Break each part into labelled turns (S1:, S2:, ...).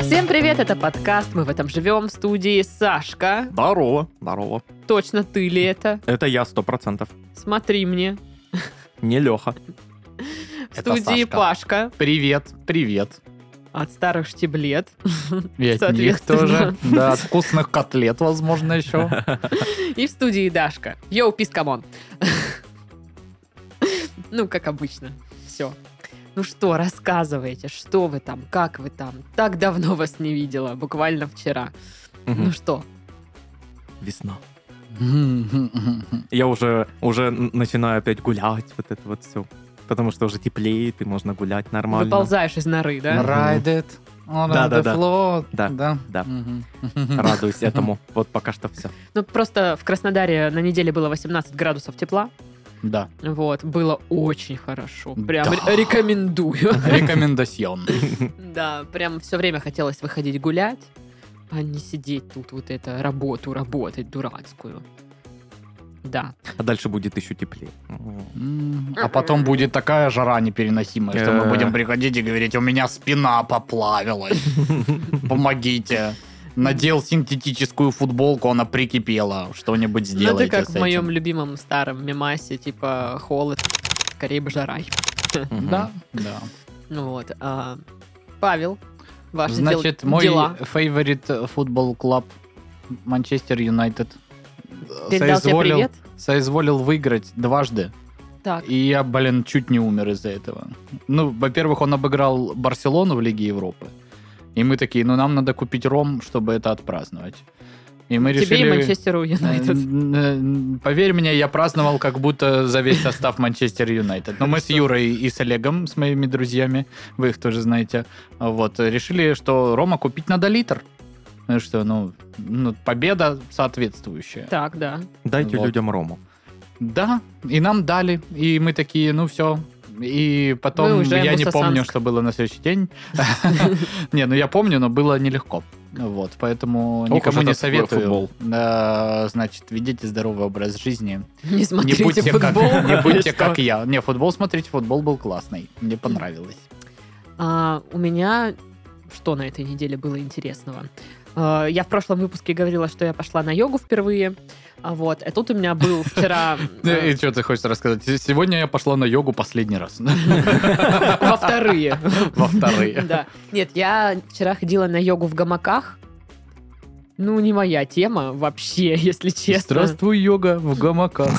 S1: Всем привет, это подкаст «Мы в этом живем» в студии Сашка.
S2: Здорово, здорово.
S1: Точно ты ли это?
S2: Это я сто процентов.
S1: Смотри мне.
S2: Не Леха.
S1: В
S3: Это
S1: студии
S3: Сашка.
S1: Пашка
S3: Привет, привет.
S1: от старых штиблет.
S3: И от них
S1: Соответственно.
S3: тоже. Да, от вкусных котлет, возможно, еще.
S1: И в студии Дашка. Йоу, пис, камон. Ну, как обычно. Все. Ну что, рассказывайте, что вы там, как вы там. Так давно вас не видела, буквально вчера. Ну что,
S2: Весна. Я уже, уже н- начинаю опять гулять, вот это вот все. Потому что уже теплеет, и можно гулять нормально.
S1: выползаешь из норы, да?
S3: Ride it on
S2: Да, да,
S3: the
S2: да.
S3: floor.
S2: Да,
S3: да.
S2: да.
S3: Мгм.
S2: Радуюсь этому. Вот пока что все.
S1: Ну, просто в Краснодаре на неделе было 18 градусов тепла.
S3: Да.
S1: Вот, было очень хорошо. Прям
S3: Да.
S1: ре- рекомендую.
S3: Рекомендацион.
S1: Да, прям все время хотелось выходить гулять, а не сидеть тут вот это, работу работать дурацкую. Да. Ну,
S2: А дальше будет еще теплее.
S3: М, А потом будет такая жара непереносимая, что
S2: Э.
S3: мы будем приходить и говорить, у меня спина поплавилась, помогите. Надел синтетическую футболку, она прикипела. Что-нибудь
S1: Ну,
S3: сделайте
S1: ты как
S3: с
S1: в
S3: этим.
S1: моем любимом старом мемасе, типа холод, скорее бы жара.
S2: Мгм.
S3: Да, да.
S1: Ну вот. а, Павел, ваши дел-
S3: Значит, мой
S1: дела.
S3: favorite футбол клаб Манчестер Юнайтед
S1: Передал тебе привет.
S3: соизволил выиграть дважды,
S1: Так,
S3: и я, блин, чуть не умер из-за этого. Ну, во-первых, он обыграл Барселону в Лиге Европы, и мы такие, ну, нам надо купить ром, чтобы это отпраздновать. И мы
S1: тебе и
S3: решили...
S1: Манчестеру Юнайтед.
S3: Э, Н- н- Поверь мне, я праздновал как будто за весь состав Манчестер Юнайтед. Но мы с Юрой и с Олегом, с моими друзьями, вы их тоже знаете, вот, решили, что Рома купить надо литр. Ну что, ну, ну, победа соответствующая.
S1: Так, да.
S2: Дайте
S3: Вот.
S2: людям рому.
S3: Да, и нам дали, и мы такие, ну все. И
S1: Мы
S3: потом
S1: уезжаем
S3: я
S1: в
S3: не помню,
S1: Сасанск.
S3: что было на следующий день. Не, ну я помню, но было нелегко. Вот, поэтому
S2: Ох уж
S3: никому не
S2: этот
S3: советую.
S2: футбол.
S3: Э, Значит, ведите здоровый образ жизни.
S1: Не
S3: Не
S1: смотрите
S3: будьте, как,
S1: футбол.
S3: не будьте
S1: Что?
S3: как я. Не, футбол смотрите, футбол был классный. Мне понравилось.
S1: А, у меня что на этой неделе было интересного? А, Я в прошлом выпуске говорила, что я пошла на йогу впервые. А вот, а тут у меня был вчера
S3: Э,
S1: э,
S3: И что ты хочешь рассказать? С- Сегодня я пошла на йогу последний раз.
S1: во вторые.
S3: Во вторые.
S1: Да. Нет, я вчера ходила на йогу в гамаках. Ну, не моя тема вообще, если честно.
S3: Здравствуй, йога в гамаках.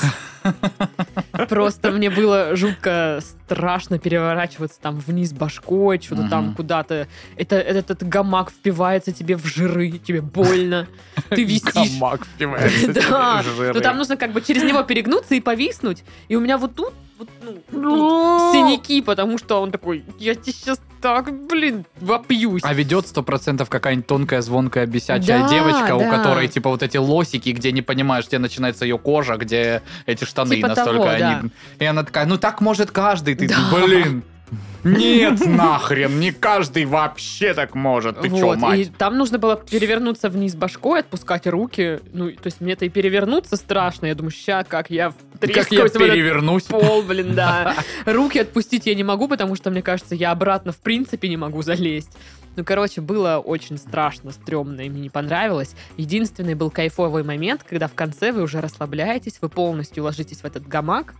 S1: Просто мне было жутко страшно переворачиваться там вниз башкой, что-то
S3: Мгм.
S1: там куда-то. Это, этот гамак впивается тебе в жиры, тебе больно. Ты висишь.
S3: Гамак впивается
S1: Да,
S3: через жиры.
S1: Ну там нужно как бы через него перегнуться и повиснуть. И у меня вот тут, вот, ну, тут синяки, потому что он такой, я тебе сейчас так, блин, вопьюсь.
S3: А ведет сто процентов какая-нибудь тонкая, звонкая, бесячая
S1: Да,
S3: девочка, у
S1: да.
S3: которой типа вот эти лосики, где не понимаешь, где начинается ее кожа, где эти штаны
S1: Типа
S3: настолько
S1: того,
S3: они.
S1: да.
S3: И она такая, ну так может каждый. Ты,
S1: Да.
S3: блин. Нет, нахрен, не каждый вообще так может. Ты чё,
S1: Вот, и
S3: мать?
S1: там нужно было перевернуться вниз башкой, отпускать руки. Ну, и- то есть мне-то и перевернуться страшно. Я думаю, ща, как я
S3: Как я
S1: втрескаюсь в этот
S3: перевернусь?
S1: пол, блин, да. Руки отпустить я не могу, потому что, мне кажется, я обратно в принципе не могу залезть. Ну, короче, было очень страшно, стрёмно, и мне не понравилось. Единственный был кайфовый момент, когда в конце вы уже расслабляетесь, вы полностью ложитесь в этот гамак,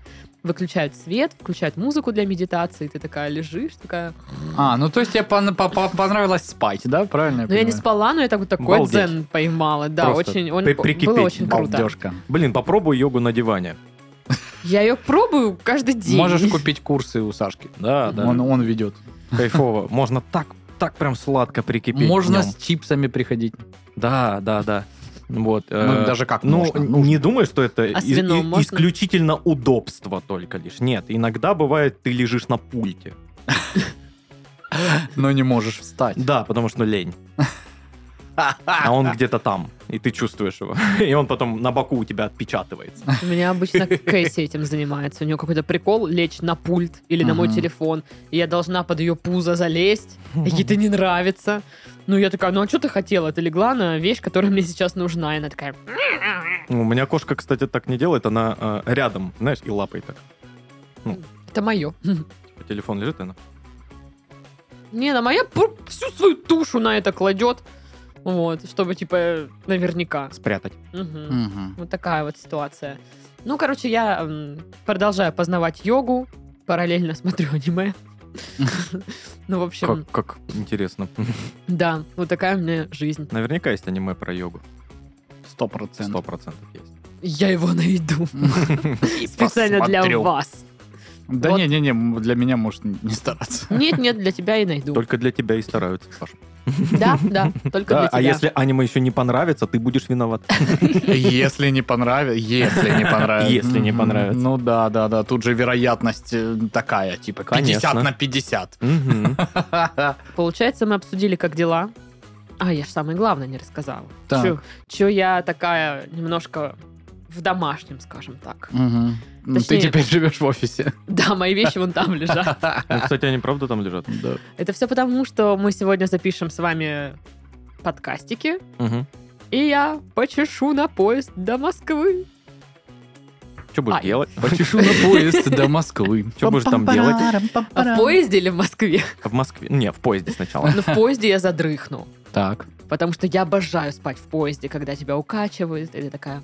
S1: выключают свет, включают музыку для медитации, и ты такая лежишь, такая...
S3: А, ну то есть тебе пон- по- по- понравилось спать, да? Правильно?
S1: Ну, я не спала, но я так вот такой
S2: Балдеть.
S1: дзен поймала. Да,
S2: Просто
S1: очень... он-
S2: при-
S1: было
S2: прикипеть,
S1: очень круто.
S3: Балдежка.
S2: Блин, попробуй йогу на диване.
S1: Я ее пробую каждый день.
S3: Можешь купить курсы у Сашки.
S2: Да, да.
S3: Он, он ведет.
S2: Кайфово. Можно так, так прям сладко прикипеть.
S3: Можно
S2: в нём.
S3: с чипсами приходить.
S2: Да, да, да. Вот.
S3: Ну,
S2: э,
S3: даже как
S2: Ну,
S3: можно.
S2: н-
S3: нужно.
S2: не думай, что это
S1: А с
S2: и-
S1: вином
S2: и-
S1: можно?
S2: исключительно удобство только лишь. Нет, иногда бывает, ты лежишь на пульте.
S3: Но не можешь встать.
S2: Да, потому что лень. А он где-то там. и ты чувствуешь его. И он потом на боку у тебя отпечатывается.
S1: У меня обычно Кэсси этим занимается. У нее какой-то прикол лечь на пульт или на мой
S3: Мгм.
S1: телефон. И я должна под ее пузо залезть. А Ей это не нравится. Ну, я такая, ну а что ты хотела? Ты легла на вещь, которая мне сейчас нужна. И она такая,
S2: У меня кошка, кстати, так не делает, она э, рядом, знаешь, и лапой так.
S1: это мое.
S2: Типа телефон лежит, и она.
S1: Не, она моя пр- всю свою тушу на это кладет. Вот, чтобы, типа, наверняка.
S2: Спрятать.
S1: Мгм.
S3: Мгм.
S1: Вот такая вот ситуация. Ну, короче, я м, продолжаю познавать йогу, параллельно смотрю аниме. Ну, в общем,
S2: Как, как интересно.
S1: да, вот такая у меня жизнь.
S2: Наверняка есть аниме про йогу.
S3: Сто процентов.
S2: Сто процентов есть.
S1: Я его найду. Специально для
S3: посмотрю.
S1: вас.
S3: Да
S1: Вот.
S3: не-не-не, м, для меня может не стараться.
S1: Нет, нет, для тебя и найду.
S2: Только для тебя и стараются, Саша.
S1: Да, да,
S2: Да,
S1: только
S2: а
S1: для тебя.
S2: если аниме еще не понравится, ты будешь виноват.
S3: Если не понравится, если не понравится.
S2: Если не
S3: Мгм.
S2: понравится.
S3: Ну да, да, да, тут же вероятность э, такая, типа 50
S2: Конечно.
S3: на 50.
S2: Мгм.
S1: Получается, мы обсудили, как дела. А, я же самое главное не рассказала.
S3: Так.
S1: Чё- Чё я такая немножко в домашнем, скажем так.
S3: Мгм. Ну,
S1: Точнее-
S3: Ты теперь живешь в офисе.
S1: Да, мои вещи вон там лежат.
S2: Ну, Кстати, они правда там лежат?
S3: Да.
S1: Это все потому, что мы сегодня запишем с вами подкастики,
S2: Мгм.
S1: и я почешу на поезд до Москвы.
S2: Что будешь
S1: Ай.
S2: делать?
S3: Почешу на поезд до Москвы.
S2: Что будешь там делать?
S1: А в поезде или в Москве?
S2: В Москве? Не, в поезде сначала.
S1: Но в поезде я задрыхну,
S3: Так.
S1: потому что я обожаю спать в поезде, когда тебя укачивают, и ты такая,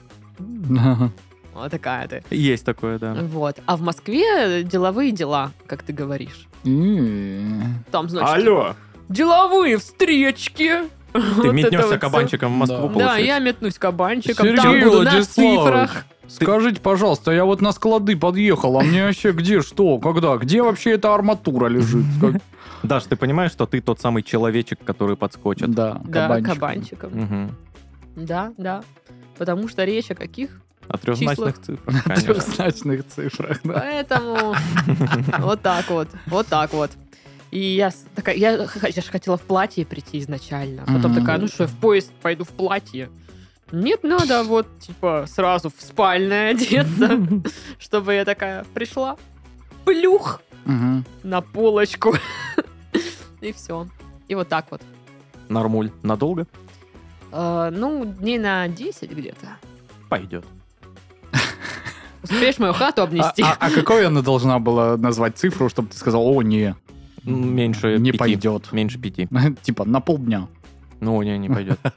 S1: вот такая ты.
S2: Есть такое, да.
S1: Вот. А в Москве деловые дела, как ты говоришь.
S3: М.
S1: Там, значит, деловые встречки.
S2: Ты метнешься кабанчиком в Москву,
S3: Да.
S1: Да,
S2: получается?
S1: я метнусь кабанчиком. там
S3: Сергей
S1: буду на
S3: Владиславович,
S1: цифрах.
S3: скажите, пожалуйста, я вот на склады подъехал, а мне вообще где, что, когда, где вообще эта арматура лежит? Как-
S2: Даш, ты понимаешь, что ты тот самый человечек, который подскочит?
S3: Да,
S1: Да,
S3: кабанчиком.
S1: кабанчиком.
S2: Мгм.
S1: Да, да. Потому что речь о каких?
S2: О трехзначных цифрах, конечно.
S3: Трехзначных цифрах, да.
S1: Поэтому вот так вот, вот так вот. И я с- такая, я, х- я же хотела в платье прийти изначально. Потом
S3: Мгм.
S1: такая, ну что, я в поезд пойду в платье. Нет, надо вот, типа, сразу в спальное одеться, чтобы я такая пришла, плюх
S3: Мгм.
S1: на полочку. И все. И вот так вот.
S2: Нормуль. Надолго?
S1: Э, Ну, дней на 10 где-то.
S2: Пойдет.
S1: Успеешь мою хату
S3: А,
S1: обнести?
S3: а- а какой она должна была назвать цифру, чтобы ты сказал, о, не,
S2: М, Ну, Меньше
S3: не
S2: пяти.
S3: пойдет.
S2: Меньше пяти.
S3: Типа на полдня.
S2: Ну, не, не пойдет.
S1: Да,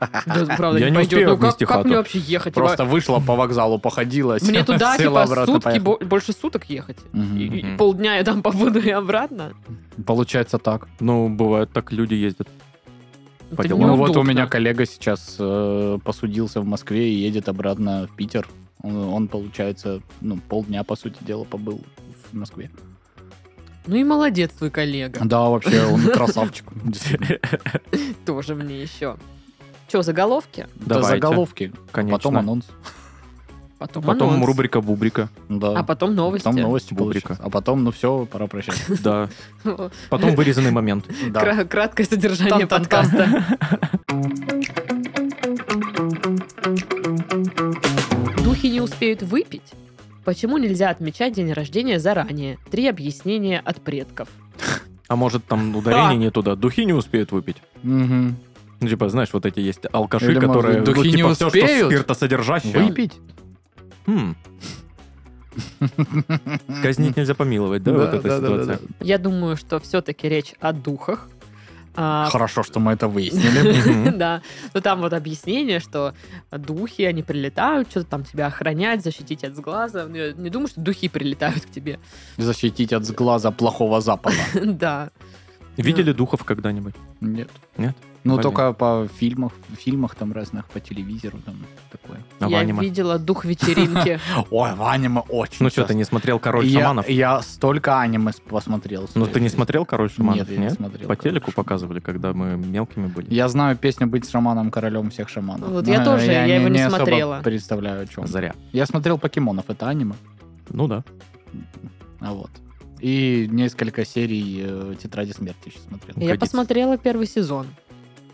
S1: правда,
S2: Я
S1: не
S2: не
S1: пойдет.
S2: успею
S1: Ну, как
S2: обнести
S1: как
S2: хату.
S1: мне вообще ехать? Типа,
S3: Просто вышла по вокзалу, походила,
S1: Мне туда, типа,
S3: села обратно,
S1: сутки,
S3: поехала.
S1: бо- больше суток ехать.
S3: Мгм.
S1: И- и
S2: Мгм.
S1: полдня я там побуду и обратно.
S3: Получается так.
S2: Ну, бывает так, люди ездят.
S1: Это
S2: По
S1: мне
S2: делам.
S3: Ну,
S2: Ну,
S3: вот у
S1: неудобно.
S3: меня коллега сейчас э, посудился в Москве и едет обратно в Питер. Он, он, получается, ну, полдня, по сути дела, побыл в Москве.
S1: Ну и молодец твой коллега.
S3: Да, вообще, он красавчик. действительно.
S1: Тоже мне еще. Че, заголовки?
S3: Да,
S2: Давайте.
S3: заголовки.
S2: Конечно.
S3: Потом анонс.
S1: Потом,
S2: Потом
S1: анонс.
S2: рубрика Бубрика.
S3: Да.
S1: А потом новости.
S3: Потом новости
S2: Бубрика.
S3: получится. А потом, ну все, пора прощаться.
S2: Да. Потом вырезанный момент.
S3: Да.
S1: Кра- Краткое содержание
S3: Тан-тан-тан.
S1: подкаста. Духи не успеют выпить? Почему нельзя отмечать день рождения заранее? Три объяснения от предков.
S2: А может, там ударение не туда, духи не успеют выпить?
S3: Мгм.
S2: Ну, типа, знаешь, вот эти есть алкаши,
S3: Или, может
S2: которые...
S3: быть, духи
S2: ну,
S3: не
S2: типа, всё, что
S3: успеют
S2: спиртосодержащее.
S3: Выпить?
S2: Хм. Казнить нельзя помиловать, да, вот эта ситуация?
S1: Я думаю, что все-таки речь о духах. А,
S3: Хорошо, что мы это выяснили.
S2: Мгм.
S1: Да, но там вот объяснение, что духи, они прилетают, что-то там тебя охранять, защитить от сглаза. Ну, Я не думаю, что духи прилетают к тебе.
S3: Защитить от сглаза плохого запада.
S1: Да.
S2: Видели духов когда-нибудь?
S3: Нет.
S2: Нет?
S3: Ну,
S2: Блин.
S3: только по фильмах, в фильмах там разных, по телевизору там такое.
S2: А в
S1: Я
S2: аниме?
S1: видела дух вечеринки.
S3: Ой, в аниме очень
S2: Ну что,
S3: часто.
S2: ты не смотрел «Король
S3: я,
S2: шаманов»?
S3: Я столько аниме с- посмотрел. в
S2: Ну,
S3: своей
S2: ты не
S3: жизни.
S2: смотрел «Король шаманов»,
S3: Нет, я не
S2: нет?
S3: смотрел.
S2: По телеку
S3: «Король
S2: показывали,
S3: шаманов».
S2: когда мы мелкими были.
S3: Я знаю песню «Быть шаманом, королем всех шаманов».
S1: Вот я
S3: Но
S1: тоже, я его не
S3: особо
S1: смотрела.
S3: представляю, о чем.
S2: Заря.
S3: Я смотрел «Покемонов», это аниме.
S2: Ну да.
S3: А вот. И несколько серий э, «Тетради смерти» еще смотрел.
S2: Нет.
S1: Я
S2: Годится.
S1: посмотрела первый сезон.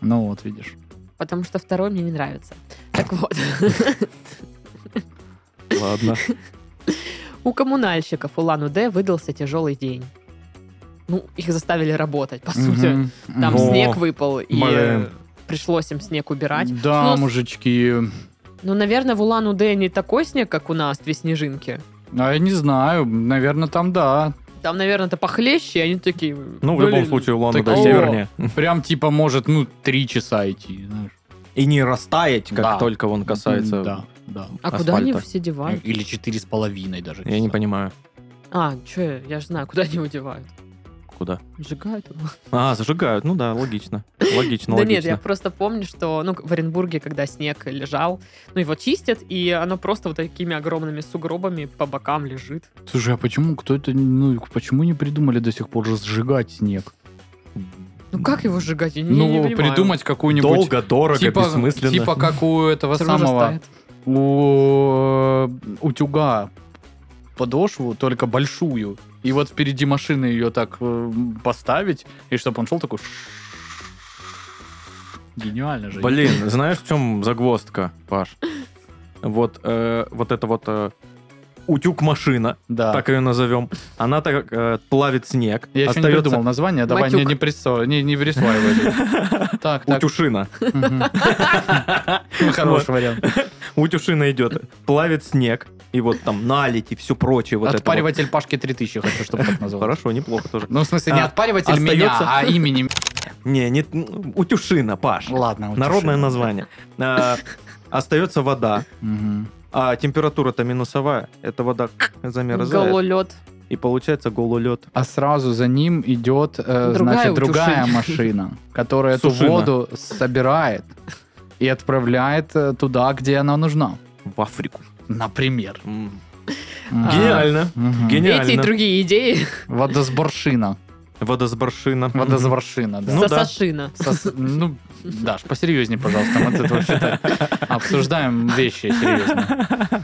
S3: Ну, вот видишь.
S1: потому что второй мне не нравится. Так вот,
S2: Ладно.
S1: у коммунальщиков Улан-Удэ выдался тяжелый день. Ну, их заставили работать, по сути.
S3: Мгм. Ну,
S1: Там
S2: Но,
S1: снег выпал, и э,
S2: блин.
S1: пришлось им снег убирать.
S3: Да,
S1: Снос-
S3: мужички.
S1: Ну, наверное, в Улан-Удэ не такой снег, как у нас, две снежинки.
S3: А я не знаю, наверное, там да.
S1: Там, наверное, это похлеще, и они такие...
S2: Ну, в
S1: «Блин,
S2: любом случае, Улан
S3: так
S2: Удэ
S1: о.
S2: севернее.
S3: Прям типа может, ну, три часа идти. знаешь.
S2: И не растаять, как
S3: Да.
S2: только он касается
S3: Да, да.
S1: А куда они
S2: асфальта.
S1: все девают?
S3: Или четыре с половиной даже.
S2: Я не понимаю,
S1: А, че, я же знаю, куда они удевают.
S2: куда.
S1: Сжигают его.
S2: А, зажигают. Ну да, логично. Логично,
S1: Да нет, я
S2: Ну, логично.
S1: просто помню, что ну, в Оренбурге, когда снег лежал, ну его чистят, и оно просто вот такими огромными сугробами по бокам лежит.
S3: Слушай, а почему кто это, ну, почему не придумали до сих пор же сжигать снег?
S1: Ну как его сжигать? Я не, не
S3: Ну,
S1: понимаю.
S3: придумать какую-нибудь...
S2: Долго, дорого,
S3: Типа,
S2: бессмысленно.
S3: типа как у этого
S1: Всё равно же
S3: самого
S1: стает.
S3: у утюга подошву, только большую. И вот впереди машины ее так э, поставить, и чтобы он шел такой... Гениально же.
S2: Блин, знаешь, в чем загвоздка, Паш? Вот, э, вот это вот э, утюг-машина,
S3: да.
S2: так ее назовем, она так э, плавит снег.
S3: Я еще не
S2: остается-
S3: придумал название, давай не,
S1: Матюк.
S3: не, присо- не, не присваивай. Так, так.
S2: Утюшина.
S3: мгм.
S2: Ну,
S3: Хороший вариант.
S2: Утюшина идет, плавит снег, и вот там налить и все прочее. Вот это вот.
S3: Отпариватель Пашки 3000, хочу, чтобы так назвал.
S2: Хорошо, неплохо тоже.
S3: Ну, в смысле, не
S2: А,
S3: отпариватель меня,
S2: остается-
S3: а именем.
S2: Не, не м, утюшина, Паш.
S3: Ладно. утеши.
S2: Народное название. А, Остается вода,
S3: Мгм.
S2: а температура-то минусовая. Эта вода замерзает,
S1: Гололед.
S2: и получается гололед.
S3: А сразу за ним идет, э,
S1: Другая
S3: значит,
S1: утюжина.
S3: другая машина, которая эту
S2: Сушина.
S3: воду собирает и отправляет э, туда, где она нужна.
S2: В Африку.
S3: Например.
S2: М.
S3: Мгм.
S2: Гениально.
S3: Мгм.
S1: Эти
S2: Гени-
S1: и
S2: Гениально.
S1: другие идеи.
S3: Водосборшина.
S2: Водосборшина.
S3: Водосборшина, да.
S2: Ну да.
S1: Сосашина.
S3: Сос- Ну, Даш, посерьезнее, пожалуйста. Мы тут вообще-то обсуждаем вещи серьезно.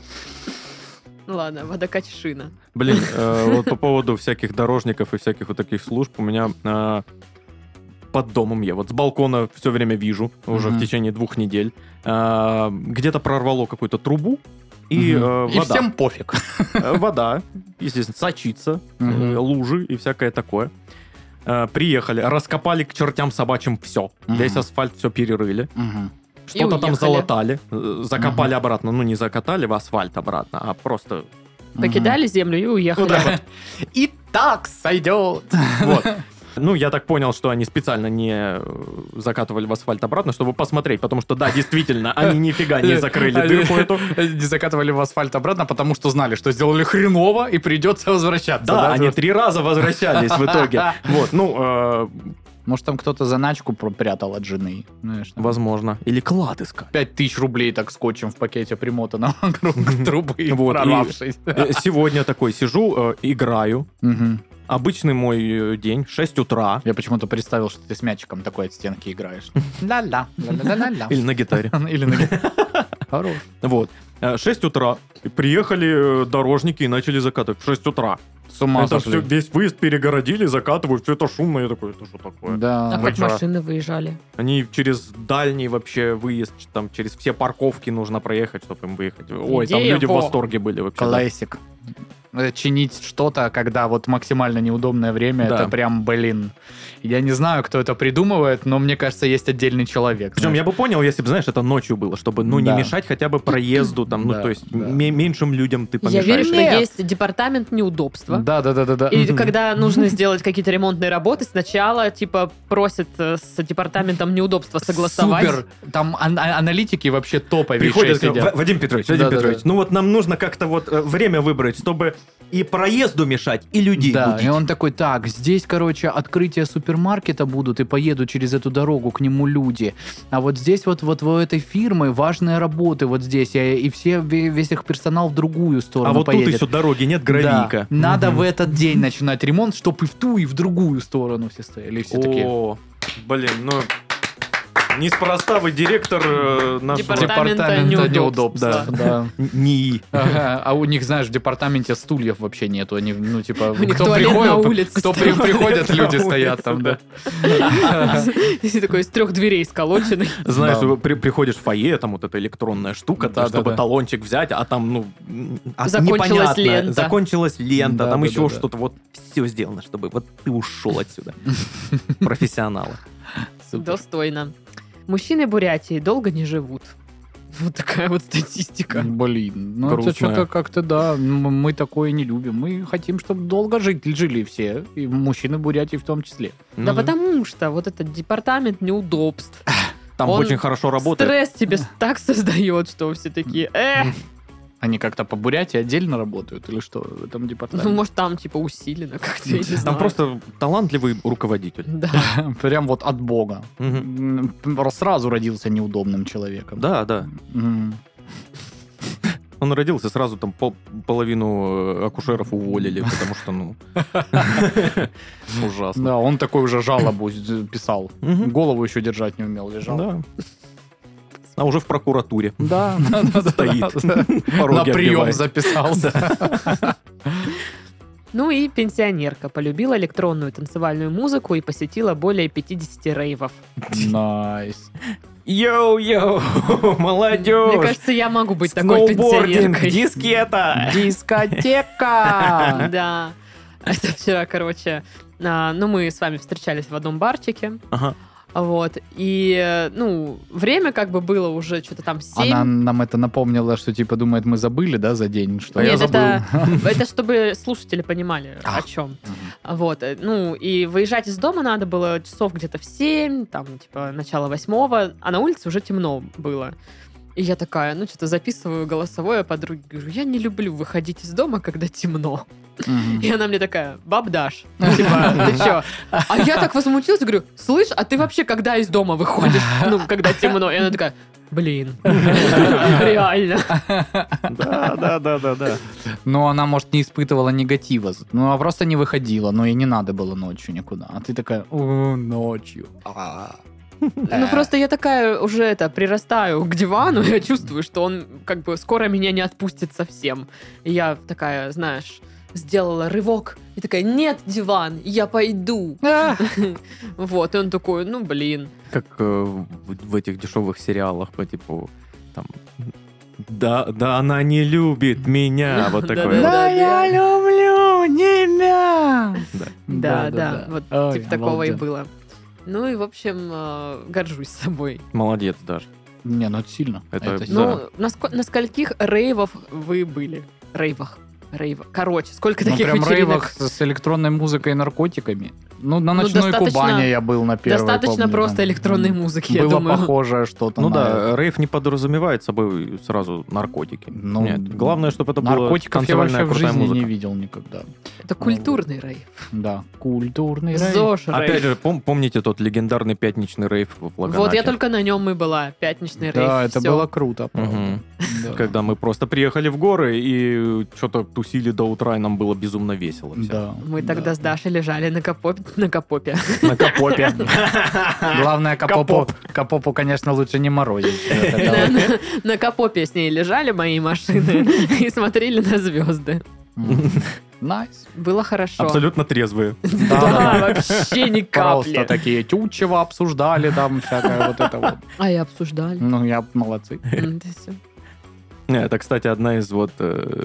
S1: Ну Ладно, водокачшина.
S2: Блин, э, вот по поводу всяких дорожников и всяких вот таких служб у меня э, под домом я вот с балкона все время вижу уже в
S3: Мгм.
S2: течение двух недель э, где-то прорвало какую-то трубу и
S3: Мгм.
S2: э,
S3: И
S2: вода,
S3: всем пофиг.
S2: Э, вода, естественно, сочится, э,
S3: Мгм.
S2: лужи и всякое такое. Э, Приехали, раскопали к чертям собачьим все.
S3: Мгм.
S2: Весь асфальт все перерыли.
S3: Мгм.
S2: Что-то там
S1: уехали.
S2: залатали, э, закопали обратно. Ну, не закатали в асфальт обратно, а просто
S1: Покидали землю и уехали.
S3: Мгм. И так сойдет.
S2: Вот. Ну, я так понял, что они специально не э, закатывали в асфальт обратно, чтобы посмотреть, потому что, да, действительно, они нифига не закрыли
S3: Они
S2: дырку эту.
S3: Не закатывали в асфальт обратно, потому что знали, что сделали хреново и придется возвращаться.
S2: Да, они
S3: вот.
S2: три раза возвращались в итоге. Вот, ну, э,
S3: Может, там кто-то заначку про- прятал от жены. Знаешь, там
S2: возможно. Или клад искать.
S3: 5000 рублей так скотчем в пакете примотано вокруг трубы,
S2: Вот, и-
S3: прорвавшись.
S2: Э, Сегодня такой сижу, э, играю.
S3: Мгм.
S2: Обычный мой э, день, 6 утра.
S3: Я почему-то представил, что ты с мячиком такой от стенки играешь. Ла-ла, ла-ла-ла-ла.
S2: Или на гитаре.
S3: Или на Хорош.
S2: Вот. Э, 6 утра. И Приехали э, дорожники и начали закатывать. В 6 утра.
S3: С ума
S2: это все,
S3: сошли.
S2: весь выезд перегородили, закатывают, все это шумно. Я такой, это что такое?
S1: А
S3: Да.
S1: как
S2: Вечера.
S1: машины выезжали?
S2: Они через дальний вообще выезд, ч- там через все парковки нужно проехать, чтобы им выехать. Ой, там
S1: Идея
S2: люди в
S1: во.
S2: восторге были вообще.
S3: Классик. Э, Чинить что-то, когда вот максимально неудобное время,
S2: Да.
S3: это прям, блин. Я не знаю, кто это придумывает, но мне кажется, есть отдельный человек.
S2: Причем я
S3: знаешь.
S2: бы понял, если бы, знаешь, это ночью было, чтобы, ну,
S3: Да.
S2: не мешать хотя бы проезду, там, ну,
S3: Да,
S2: то есть
S3: да.
S2: ме- меньшим людям ты
S1: Я
S2: помешаешь.
S1: верю, что
S3: Нет.
S1: есть департамент неудобства.
S3: Да, да, да, да, да.
S1: И
S2: Мгм.
S1: когда нужно сделать какие-то ремонтные работы, сначала, типа, просят э, с департаментом неудобства согласовать.
S3: Супер. Там ан- а- аналитики вообще топовые
S2: Приходят,
S3: сидят.
S2: «В- Вадим Петрович, Вадим
S3: Да-да-да.
S2: Петрович, ну вот нам нужно как-то вот э, время выбрать, чтобы и проезду мешать, и людей
S3: Да,
S2: будить».
S3: и он такой, так, здесь, короче, открытие супермаркета будут, и поеду через эту дорогу, к нему люди. А вот здесь вот, вот у этой фирмы важные работы вот здесь, и, и все, ве- весь их персонал в другую сторону
S2: А вот
S3: поедет.
S2: тут еще дороги нет, гравийка.
S3: Да. Надо
S2: Мгм.
S3: в этот день начинать ремонт, чтобы и в ту, и в другую сторону все стояли. И все такие.
S2: О, блин, ну... Неспроста вы директор э, нашего...
S1: Департамент. Департамента неудобства.
S3: Да.
S2: Н- НИИ.
S3: Ага, а у них, знаешь, в департаменте стульев вообще нету. Они, ну, типа,
S1: У них
S3: кто
S1: туалет
S3: приходит,
S1: на улице
S3: кто
S1: стоит.
S3: при- приходят, люди
S2: На
S3: стоят
S2: улице,
S3: там, да.
S1: Если такой из трех дверей сколоченный.
S2: Знаешь,
S3: Да.
S2: вы при- приходишь в фойе, там вот эта электронная штука,
S3: Да, да,
S2: чтобы
S3: да.
S2: талончик взять, а там, ну, м, а
S1: Закончилась
S2: непонятно.
S1: лента.
S2: Закончилась лента,
S3: Да,
S2: там
S3: да,
S2: еще
S3: да, да.
S2: что-то. Вот все сделано, чтобы вот ты ушел отсюда. Профессионалы.
S3: Супер.
S1: Достойно. Мужчины Бурятии долго не живут. Вот такая вот статистика.
S3: Блин, ну
S2: Грустная.
S3: это что-то как-то, да, м- мы такое не любим. Мы хотим, чтобы долго жить, жили все, и мужчины Бурятии в том числе.
S2: ну
S1: Да потому что вот этот департамент неудобств.
S2: Там
S1: он
S2: очень хорошо работает.
S1: Стресс тебе так создает, что все такие, э,
S3: Они как-то по Бурятии отдельно работают или что в этом
S1: ну,
S3: департаменте?
S1: может, там типа усилено как-то, я не
S2: Там
S1: знаю.
S2: просто талантливый руководитель.
S1: Да.
S3: Прям вот от бога.
S2: Мгм.
S3: М, р- Сразу родился неудобным человеком.
S2: Да, да.
S3: М.
S2: Он родился, сразу там пол- половину э, акушеров уволили, потому что, ну... Ужасно.
S3: Да, он такой уже жалобу з- писал.
S2: Мгм.
S3: Голову еще держать не умел, лежал.
S2: Да. А уже в прокуратуре.
S3: Да, да, да, да,
S2: Стоит.
S3: да. На
S2: Пороги
S3: прием
S2: оббивает.
S3: записался.
S1: Ну и пенсионерка полюбила электронную танцевальную музыку и посетила более 50 рейвов.
S3: Найс.
S2: Йоу-йоу,
S1: Мне
S2: молодежь!
S1: кажется, я могу быть такой пенсионеркой.
S2: дискета!
S3: Дискотека!
S1: Да. Это вчера, короче, а, ну, мы с вами встречались в одном барчике,
S2: Ага.
S1: вот, и, э, ну, время как бы было уже что-то там 7.
S3: Она нам это напомнила, что типа думает, мы забыли, да, за день, что
S2: А я
S1: Нет,
S2: забыл.
S1: это, это чтобы слушатели понимали, о
S3: А.
S1: чем.
S3: Мгм.
S1: Вот, э, ну, и выезжать из дома надо было часов где-то в 7, там, типа, начало восьмого, а на улице уже темно было. И я такая, ну, что-то записываю голосовое подруге, говорю, я не люблю выходить из дома, когда темно.
S3: Мгм.
S1: И она мне такая, баб Даш, типа, ты чё? А я так возмутилась, говорю, слышь, а ты вообще когда из дома выходишь? Ну, когда темно. И она такая, блин, реально.
S2: Да, да, да, да, да.
S3: Но она, может, не испытывала негатива. Ну, а просто не выходила, но ей не надо было ночью никуда. А ты такая, «О, ночью. А.
S1: Ну, просто я такая уже, это, прирастаю к дивану, я чувствую, что он, как бы, скоро меня не отпустит совсем. И я такая, знаешь, сделала рывок, и такая, нет, диван, я пойду.
S3: А.
S1: Вот, и он такой, ну, блин.
S2: Как э, в в этих дешевых сериалах по типу там. Да, да, она не любит меня. Вот такое. вот.
S1: Да-да-да.
S3: люблю тебя!
S2: Да.
S1: Да, да, вот,
S3: Ой,
S1: типа, такого и
S3: обалденно.
S1: было. Ну, и, в общем, э, горжусь собой.
S2: Молодец, даже.
S3: Не, ну это сильно.
S2: Это-
S3: Это
S2: Да.
S3: сильно.
S1: Ну, на, ск- на скольких рейвах вы были? Рейвах. Рейва. Короче, сколько
S3: Ну,
S1: таких
S3: прям
S1: вечеринок?
S3: рейвах с с электронной музыкой и наркотиками. Ну, на
S1: Ну,
S3: ночной
S1: достаточно-
S3: Кубани я был на первой.
S1: Достаточно
S3: помню,
S1: просто
S3: там.
S1: электронной
S3: М,
S1: музыки, я
S3: Было
S1: думаю.
S3: похожее что-то.
S2: Ну
S3: на это.
S2: да, рейв не подразумевает собой сразу наркотики.
S3: Ну,
S2: Нет, главное, чтобы это было
S3: Наркотиков я вообще
S2: танцевальная
S3: в
S2: крутая
S3: жизни не
S2: музыка.
S3: видел никогда.
S1: Это культурный рейв.
S3: Да, культурный рейв.
S1: Зош
S2: Опять
S1: рейв.
S2: же, пом- помните тот легендарный пятничный рейв в Лаганаке?
S1: Вот я только на нем и была. Пятничный рейв.
S3: Да, это
S1: всё.
S3: было круто.
S2: Мгм.
S3: Да.
S2: Когда мы просто приехали в горы и что-то тусили до утра, и нам было безумно весело. всем.
S3: Да.
S1: Мы
S3: да.
S1: тогда с Дашей лежали на капопе. На капопе.
S2: На капопе.
S3: Главное, Капопу, Капопу, конечно, лучше не морозить.
S1: На, на- на капопе с ней лежали мои машины и смотрели на звезды.
S3: М. Найс.
S1: Было хорошо.
S2: Абсолютно трезвые.
S1: Да, вообще ни
S3: Просто
S1: капли.
S3: такие тючево обсуждали там всякое вот это вот.
S1: А и обсуждали.
S3: Ну, я молодцы.
S1: М, да всё.
S2: Не, Э, Это, кстати, одна из вот э,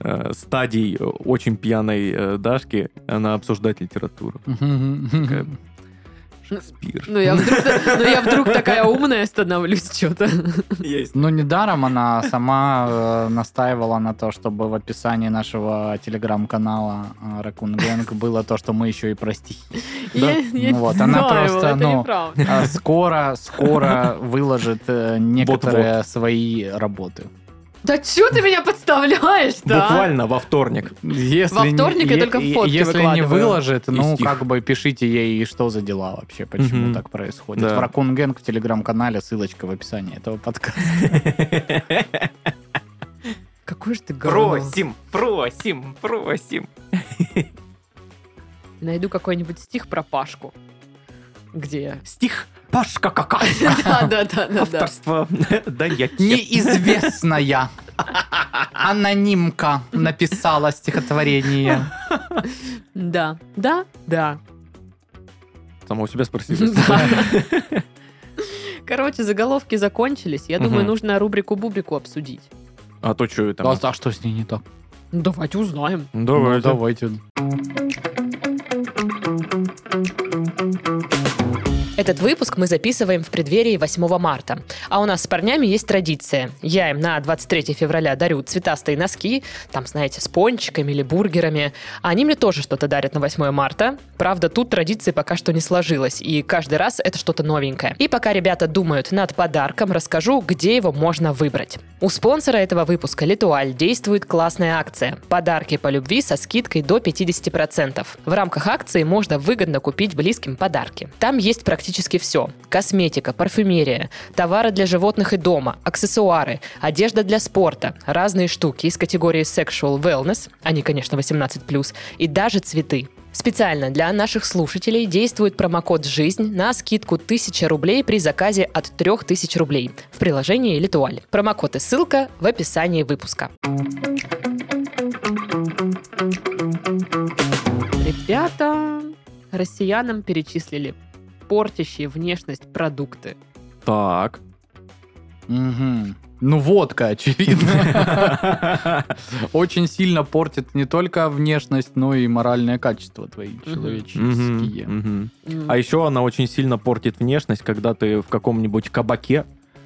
S2: э, стадий очень пьяной э, Дашки. Она обсуждать литературу. Такая, Шекспир.
S1: Ну я вдруг, ну, я вдруг такая умная становлюсь что-то.
S2: Есть.
S3: Ну, недаром она сама э, настаивала на то, чтобы в описании нашего телеграм-канала э, Raccoon Gang было то, что мы еще и про стихи.
S1: Я, я не
S3: Ну Вот, она
S1: знаю,
S3: просто,
S1: это
S3: ну,
S1: неправда.
S3: А Скоро, скоро выложит э, некоторые свои работы.
S1: Да чё ты меня подставляешь-то? а?
S2: Буквально во вторник.
S3: Если
S1: Во
S3: не-
S1: вторник я
S3: е-
S1: только
S3: е-
S1: фотки
S3: Если не
S1: выкладываю.
S3: выложит, ну,
S2: стих.
S3: как бы пишите ей, что за дела вообще, почему
S2: Мгм.
S3: так происходит.
S2: Да.
S3: В Raccoon Gang в телеграм-канале, ссылочка в описании этого подкаста.
S1: Какой же ты говно.
S2: просим, просим.
S1: Найду какой-нибудь стих про Пашку. Где
S2: Стих Пашка Какашка.
S1: Да, да, да, да, да.
S2: Авторство. Да я
S3: Неизвестная анонимка написала стихотворение.
S1: Да, да, да.
S2: Самого себя спросил.
S1: Да. Короче, заголовки закончились. Я думаю,
S2: Мгм.
S1: нужно рубрику-бубрику обсудить.
S2: А то что это?
S3: Да, А что с ней не так?
S1: Ну, Давайте узнаем.
S2: Ну,
S3: Ну,
S2: Давайте.
S3: давайте.
S1: Этот выпуск мы записываем в преддверии 8 марта. А у нас с парнями есть традиция. Я им на 23 февраля дарю цветастые носки, там, знаете, с пончиками или бургерами. А они мне тоже что-то дарят на 8 марта. Правда, тут традиции пока что не сложилось, и каждый раз это что-то новенькое. И пока ребята думают над подарком, расскажу, где его можно выбрать. У спонсора этого выпуска «Литуаль» действует классная акция «Подарки по любви со скидкой до 50%». В рамках акции можно выгодно купить близким подарки. Там есть практически все. Косметика, парфюмерия, товары для животных и дома, аксессуары, одежда для спорта, разные штуки из категории sexual wellness, они, конечно, 18+, и даже цветы. Специально для наших слушателей действует промокод «Жизнь» на скидку 1000 рублей при заказе от 3000 рублей в приложении «Литуаль». Промокод и ссылка в описании выпуска. Ребята, россиянам перечислили портящие внешность продукты.
S2: Так.
S3: Мгм. Ну, водка, очевидно. Очень сильно портит не только внешность, но и моральное качество твои
S2: Мгм,
S3: человеческие.
S2: мгм. А еще она очень сильно портит внешность, когда ты в каком-нибудь кабаке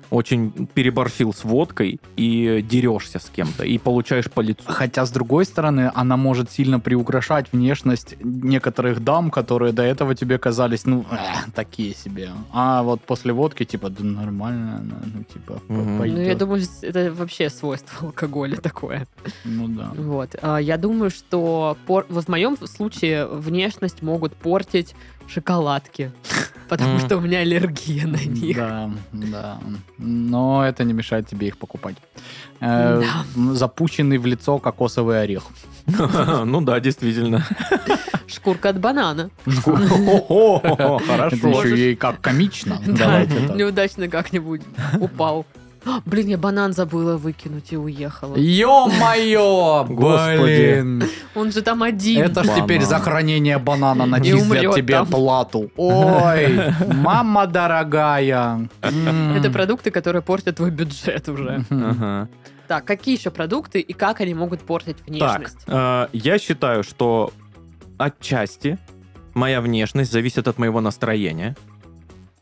S2: очень переборщил с водкой и дерешься с кем-то, и получаешь по лицу.
S3: Хотя, с другой стороны, она может сильно приукрашать внешность некоторых дам, которые до этого тебе казались, ну, э, такие себе. А вот после водки, типа, да нормально, она, ну, типа, по-
S2: Мгм.
S1: Ну, я
S3: пойдет.
S1: думаю, это вообще свойство алкоголя такое.
S3: Ну, да.
S1: Вот. А, Я думаю, что пор- вот в моем случае внешность могут портить шоколадки, потому
S2: М.
S1: что у меня аллергия на них.
S3: Да, да. Но это не мешает тебе их покупать. Э, м, Запущенный в лицо кокосовый орех.
S2: Ну да, действительно.
S1: Шкурка от банана.
S2: О-хо-хо-хо,
S3: Это
S2: Хорошо.
S3: еще и как комично.
S1: Да,
S3: Давайте так.
S1: неудачно как-нибудь упал. А, Блин, я банан забыла выкинуть и уехала.
S3: Ё-моё!
S2: Господи.
S3: Блин!
S1: Он же там один.
S3: Это ж
S2: Банан.
S3: теперь за хранение банана начислят
S1: умрет
S3: тебе
S1: там.
S3: плату. Ой, мама дорогая. М.
S1: Это продукты, которые портят твой бюджет уже.
S3: Мгм.
S2: Ага.
S1: Так, какие еще продукты и как они могут портить
S2: Так,
S1: внешность?
S2: э, я считаю, что отчасти моя внешность зависит от моего настроения.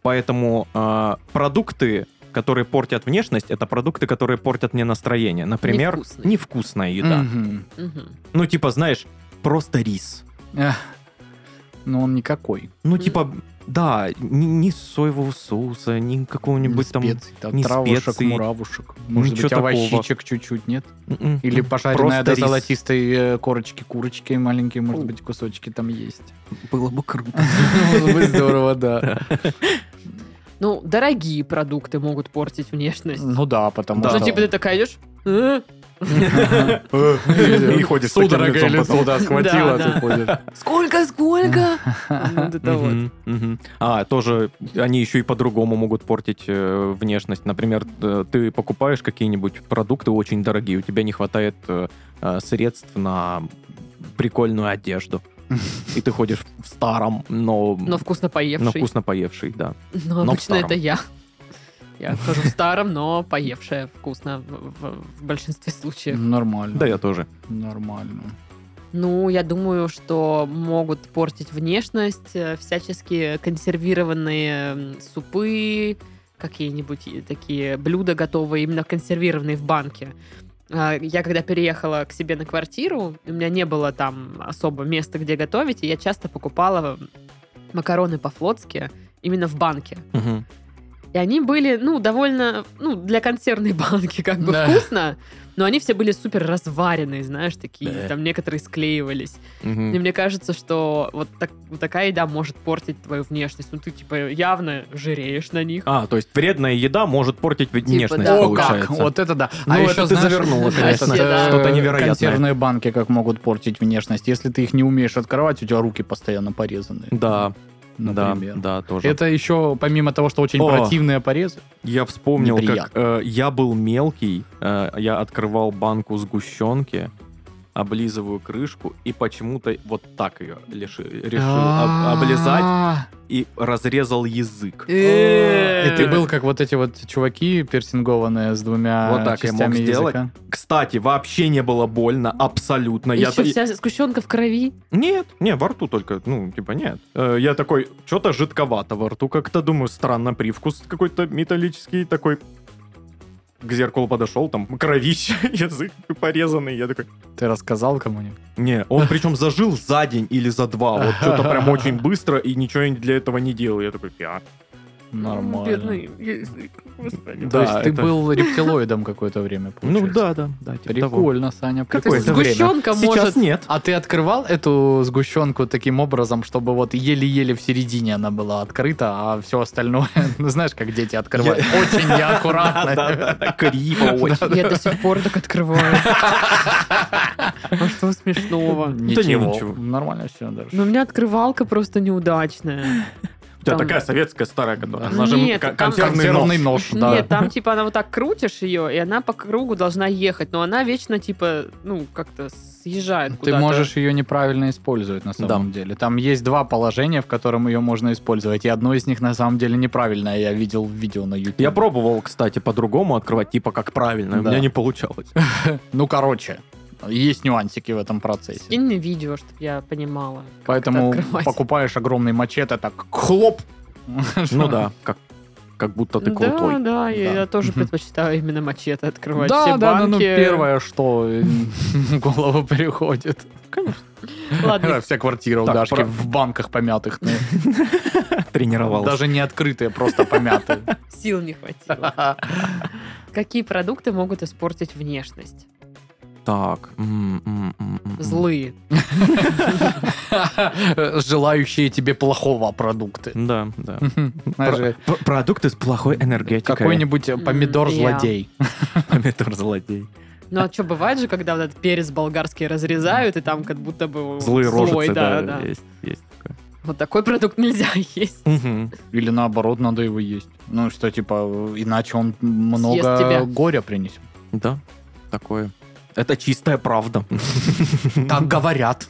S2: Поэтому э, продукты, которые портят внешность, это продукты, которые портят мне настроение. Например,
S1: Невкусные.
S2: невкусная еда.
S3: Мгм.
S1: Мгм.
S2: Ну, типа, знаешь, просто рис.
S3: Эх, Ну, он никакой.
S2: Ну,
S1: Мгм.
S2: типа, да, ни, ни соевого соуса, ни какого-нибудь
S3: Ни
S2: там...
S3: специй, там
S2: ни
S3: травушек,
S2: специй,
S3: муравушек. Может
S2: ничего
S3: быть,
S2: такого.
S3: овощичек чуть-чуть, нет?
S2: М-м.
S3: Или пожаренная
S2: Просто
S3: до
S2: рис.
S3: золотистой э, корочки курочки маленькие, может
S2: У.
S3: быть, кусочки там есть.
S2: Было бы круто.
S3: Было бы здорово, да.
S1: Ну, дорогие продукты могут портить внешность.
S3: Ну да, потому
S2: Да.
S1: Ну,
S3: что...
S1: типа, ты такая идешь... «Э,
S3: э,
S2: И ходишь с таким
S3: Судорога
S2: лицом
S3: лицо,
S2: потом.
S3: да,
S1: Да,
S3: схватила,
S1: да.
S3: ты ходишь.
S1: Сколько, сколько? Ну, вот это вот.
S2: Мгм, мгм. А, тоже они еще и по-другому могут портить э, внешность. Например, э, ты покупаешь какие-нибудь продукты очень дорогие, у тебя не хватает э, э, средств на прикольную одежду. И ты ходишь в старом, но,
S1: Но вкусно
S2: но
S1: поевший.
S2: вкусно поевший, да.
S1: Но
S2: но в
S1: обычно
S2: старом.
S1: это я. Я хожу в старом, но поевшая вкусно в, в- в большинстве случаев.
S3: Нормально.
S2: Да, я тоже.
S3: Нормально.
S1: Ну, я думаю, что могут портить внешность э, всяческие консервированные м, супы, какие-нибудь и такие блюда готовые, именно консервированные в банке. А, Я когда переехала к себе на квартиру, у меня не было там особо места, где готовить, и я часто покупала макароны по-флотски именно в банке.
S2: Мгм.
S1: И они были, ну, довольно, ну, для консервной банки как бы
S3: Да.
S1: вкусно, но они все были супер разваренные, знаешь, такие,
S2: Да.
S1: там некоторые склеивались.
S2: Мгм.
S1: И мне кажется, что вот, так- вот такая еда может портить твою внешность. Ну, ты, типа, явно жиреешь на них.
S2: А, то есть вредная еда может портить внешность,
S1: да.
S3: О,
S2: получается.
S3: как! Вот это да. А
S2: Ну, это ты завернула,
S1: конечно.
S3: это,
S1: Да.
S2: Что-то
S3: э,
S2: невероятное.
S3: Консервные банки как могут портить внешность. Если ты их не умеешь открывать, у тебя руки постоянно порезаны.
S2: Да. Да,
S3: например.
S2: да, тоже.
S3: Это еще помимо того, что очень
S2: О.
S3: противные порезы.
S2: Я вспомнил, как
S3: Неприятно.
S2: э, я был мелкий, э, я открывал банку сгущенки, облизываю крышку и почему-то вот так ее решил об- облизать
S3: А,
S2: и разрезал язык.
S3: И Э,
S2: Э.
S3: ты
S1: Это
S3: был как вот эти вот чуваки персингованные с двумя
S2: Вот так я мог
S3: частями
S2: сделать.
S3: языка.
S2: Кстати, вообще не было больно, абсолютно.
S3: А
S2: Я
S1: Еще
S2: та-
S1: вся сгущенка в крови.
S2: Нет, не, во рту только, ну, типа, нет. Э, Я такой, что-то жидковато во рту, как-то думаю, странно, привкус какой-то металлический, такой к зеркалу подошел, там кровище, язык порезанный. Я такой,
S3: Ты рассказал кому-нибудь?
S2: не, он причем зажил за день или за два, вот что-то прям очень быстро, и ничего для этого не делал. Я такой, пя. Ну,
S3: Нормально.
S1: Бедный язык, господи.
S3: То
S2: Да,
S3: есть ты
S2: это-
S3: был рептилоидом какое-то время,
S2: Ну
S3: получается.
S2: да, да, да. типа того.
S3: Прикольно, Саня.
S1: То есть
S2: Какое-то
S3: прикольно.
S2: время.
S1: сгущенка
S2: Сейчас
S1: может...
S2: нет.
S3: А ты открывал эту сгущенку таким образом, чтобы вот еле-еле в середине она была открыта, а все остальное, ну знаешь, как дети открывают, очень неаккуратно.
S2: Да-да-да, Криво очень.
S1: Я до сих пор так открываю. А что смешного? Ну,
S2: ничего.
S3: Нормально все даже.
S1: Но у меня открывалка просто неудачная.
S2: У тебя
S1: Там-
S2: такая советская старая, которая.
S3: Да.
S2: Она же
S1: Нет,
S2: ко-
S1: там
S2: консервный
S3: Консервный
S2: нож.
S3: нож, да.
S1: Нет, там типа она вот так крутишь ее, и она по кругу должна ехать, но она вечно типа, ну, как-то съезжает
S3: Ты
S1: куда-то.
S3: можешь ее неправильно использовать на самом деле. Там есть два положения, в котором ее можно использовать, и одно из них на самом деле неправильное. Я видел в видео на YouTube.
S2: Я пробовал, кстати, по-другому открывать, типа как правильно,
S3: Да.
S2: у меня не получалось.
S3: Ну, короче, есть нюансики в этом процессе.
S1: Скинь мне видео, чтобы я понимала. как
S3: Поэтому
S1: это открывать.
S3: покупаешь огромный мачете, так хлоп.
S2: Ну да, как, как будто ты
S1: Да,
S2: крутой.
S1: да, я,
S3: Да.
S1: я тоже
S3: Мгм.
S1: предпочитаю именно мачете открывать
S3: да,
S1: все
S3: да, ну,
S1: банки.
S3: ну, первое, что э, в голову приходит.
S1: Ладно,
S3: Вся квартира у
S2: Так,
S3: Дашки
S2: про-
S3: в банках помятых. ну,
S2: Тренировался.
S3: Даже не открытые, просто помятые.
S1: сил не хватило. Какие продукты могут испортить внешность?
S2: Так. м, м, м, м, м.
S1: Злые.
S3: Желающие тебе плохого продукты.
S2: Да, да.
S3: Знаешь,
S2: Про- п- Продукты с плохой энергетикой.
S3: Какой-нибудь
S1: М,
S3: помидор-злодей.
S2: помидор золотей.
S1: Ну а что, бывает же, когда вот этот перец болгарский разрезают, и там как будто бы
S2: Злые
S1: слой,
S2: рожицы,
S1: да,
S2: да,
S1: да.
S2: есть, есть такое.
S1: Вот такой продукт нельзя есть.
S2: Мгм.
S3: Или наоборот, надо его есть. Ну что, типа, иначе он много
S1: тебя.
S3: горя принесет.
S2: Да, такое. Это чистая правда.
S3: Так говорят.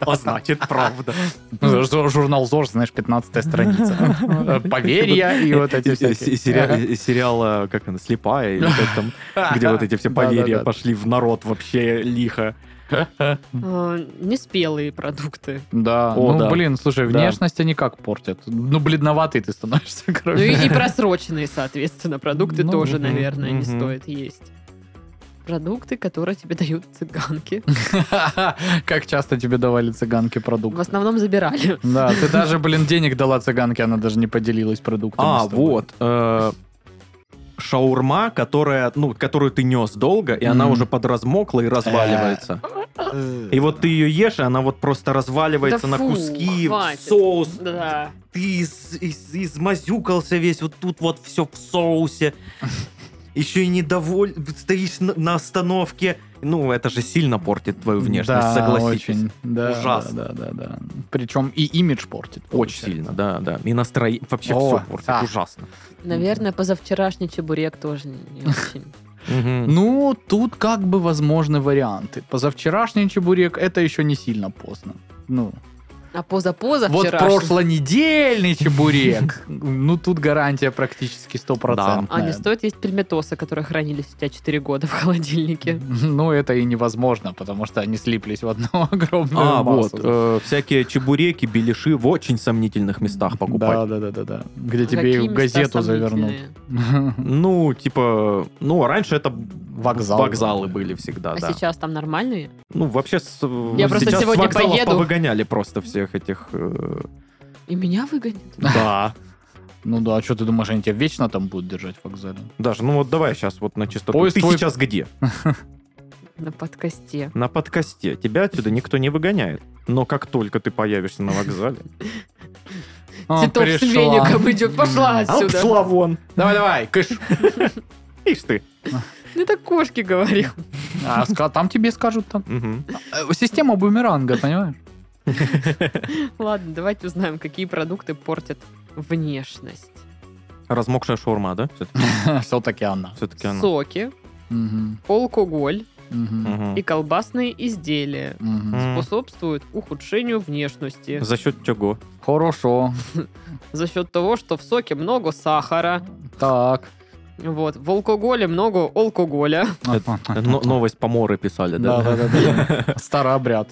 S2: А значит, правда.
S3: Ну, жур- Журнал ЗОЖ, знаешь, 15 страница. Э, Поверья и вот эти
S2: Э, э,
S3: всякие.
S2: се- сериал- э, Сериал, э, как она, «Слепая» или как там, где вот эти все поверья
S3: Да-да-да.
S2: пошли в народ вообще лихо.
S1: А, Неспелые продукты.
S3: Да,
S2: О,
S3: ну,
S2: да.
S3: блин, слушай,
S2: Да.
S3: внешность они как портят? Ну, бледноватый ты становишься,
S1: Ну
S3: короче.
S1: и, и просроченные, соответственно, продукты
S3: Ну,
S1: тоже,
S2: мгм,
S1: наверное, не
S2: мгм.
S1: стоит есть. Продукты, которые тебе дают цыганки.
S3: Как часто тебе давали цыганки
S1: В
S3: продукты?
S1: основном забирали.
S3: Да, ты даже, блин, денег дала цыганке, она даже не поделилась продуктами.
S2: А,
S3: с тобой.
S2: вот. э, Шаурма, которая, ну, которую ты нес долго, и она
S3: Мгм. Э.
S2: уже подразмокла и разваливается. И вот ты ее ешь, и она вот просто разваливается
S1: Да
S2: на
S1: фу,
S2: куски, в
S1: хватит.
S2: соус.
S1: Да.
S2: Ты из- из- измазюкался весь, вот тут вот все в соусе. Еще и недоволен, стоишь на, на остановке. Ну, это же сильно портит твою внешность,
S3: Да,
S2: согласитесь.
S3: очень. Да,
S2: Ужасно.
S3: Да, да, да. да. Причем и имидж портит.
S2: Очень
S3: получается.
S2: сильно, да, да. И настроение, вообще
S3: О, а.
S2: все портит,
S3: да.
S2: ужасно.
S1: Наверное, позавчерашний чебурек тоже не очень.
S2: Мгм.
S3: Ну, тут как бы возможны варианты. Позавчерашний чебурек, это еще не сильно поздно. Ну,
S1: А позапозавчерашний...
S3: вот прошлонедельный чебурек. Ну, тут гарантия практически
S1: А не
S3: стопроцентная.
S1: стоит есть пельметосы, которые хранились у тебя 4 года в холодильнике.
S3: Ну, это и невозможно, потому что они слиплись в одну огромную
S2: А, вот,
S3: массу.
S2: э, всякие чебуреки, беляши в очень сомнительных местах покупать.
S3: Да, да, да, да, да. Где
S1: А
S3: тебе
S1: какие
S3: и
S1: места
S3: газету завернут.
S1: сомнительные?
S2: Ну, типа, ну, раньше это
S3: Вокзал.
S2: вокзалы были всегда,
S1: А
S2: да.
S1: сейчас там нормальные?
S2: Ну, вообще, с,
S1: Я просто
S2: сейчас
S1: сегодня
S2: с вокзалов
S1: поеду.
S2: повыгоняли просто всех этих... э,
S1: И меня выгонят?
S2: да.
S3: Ну да, а что ты думаешь, они тебя вечно там будут держать в вокзале?
S2: Даже, ну вот давай сейчас вот на чистоту.
S3: Поезд
S2: Ты
S3: твой-
S2: сейчас где?
S1: На подкасте.
S2: На подкасте. Тебя отсюда никто не выгоняет. Но как только ты появишься на вокзале...
S3: А,
S1: Титов с
S3: пришла.
S1: веником идет, пошла
S2: А,
S1: отсюда.
S2: пошла вон!
S3: Давай, давай, кыш.
S2: Ишь ты!
S1: Ну, Это кошки говорил.
S3: А ска- там тебе скажут там.
S2: Мгм.
S3: Э, Система бумеранга, понимаешь?
S1: Ладно, давайте узнаем, какие продукты портят внешность.
S2: Размокшая шаурма, да? Все-таки,
S3: Все-таки она.
S2: она.
S1: Соки,
S3: Мгм,
S1: алкоголь
S3: мгм,
S2: Мгм.
S1: и колбасные изделия
S3: мгм.
S2: М.
S1: способствуют ухудшению внешности
S2: За счет чего?
S3: Хорошо.
S1: за счет того, что в соке много сахара,
S3: Так.
S1: вот, в алкоголе много алкоголя,
S2: Но- новость по моры писали, да?
S3: Да-да-да. Старообряд.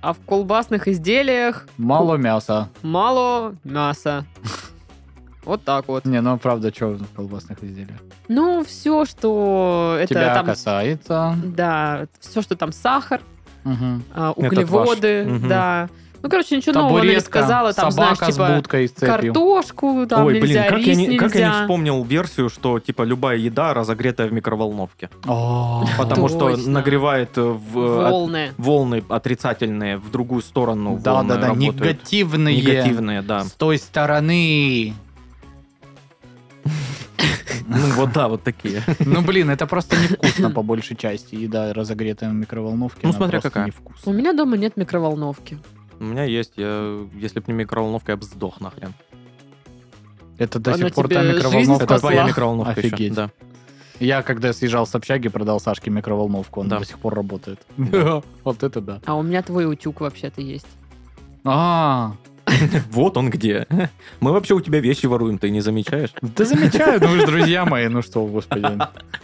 S1: а в колбасных изделиях
S3: Мало мяса.
S1: мало мяса. Вот так вот.
S3: Не, ну правда, что в колбасных изделиях?
S1: Ну, все, что это
S3: Тебя
S1: там...
S3: касается.
S1: Да, все, что там сахар,
S3: Мгм.
S1: а,
S2: ваш.
S1: углеводы,
S2: Мгм.
S1: да. Ну, короче, ничего нового она не
S3: Табуретка,
S1: сказала. Там, знаешь,
S3: собака с
S1: типа,
S3: будкой и с цепью.
S1: картошку там
S2: Ой, блин,
S1: нельзя,
S2: как, я
S1: рис
S2: не,
S1: нельзя.
S2: как я не вспомнил версию, что типа любая еда разогретая в микроволновке.
S3: О,
S2: Потому что
S1: Точно.
S2: нагревает э, в, э, от-
S1: Волны.
S2: волны отрицательные в другую сторону.
S3: Да,
S2: волны
S3: да, да,
S2: работают.
S3: негативные.
S2: Негативные, да.
S3: С той стороны.
S2: Ну вот да, вот такие.
S3: Ну, блин, это просто невкусно по большей части. Еда, разогретая в микроволновке,
S2: Ну,
S3: она
S2: смотря
S3: просто
S2: какая.
S1: У
S3: невкусная.
S1: меня дома нет микроволновки.
S2: У меня есть, я, если бы не микроволновка, я бы сдох нахрен.
S3: Это до
S1: Она
S3: сих пор
S1: тебе
S3: та
S1: жизнь
S3: микроволновка.
S2: Это
S1: спасла.
S2: твоя микроволновка еще.
S3: Офигеть.
S2: Да.
S3: Я, когда съезжал с общаги, продал Сашке микроволновку. Она
S2: Да.
S3: до сих пор работает. Вот это да.
S1: А у меня твой утюг вообще-то есть.
S3: А,
S2: Вот он где. Мы вообще у тебя вещи воруем, ты не замечаешь?
S3: да замечаю, ну вы же друзья мои, ну что, вы, господи.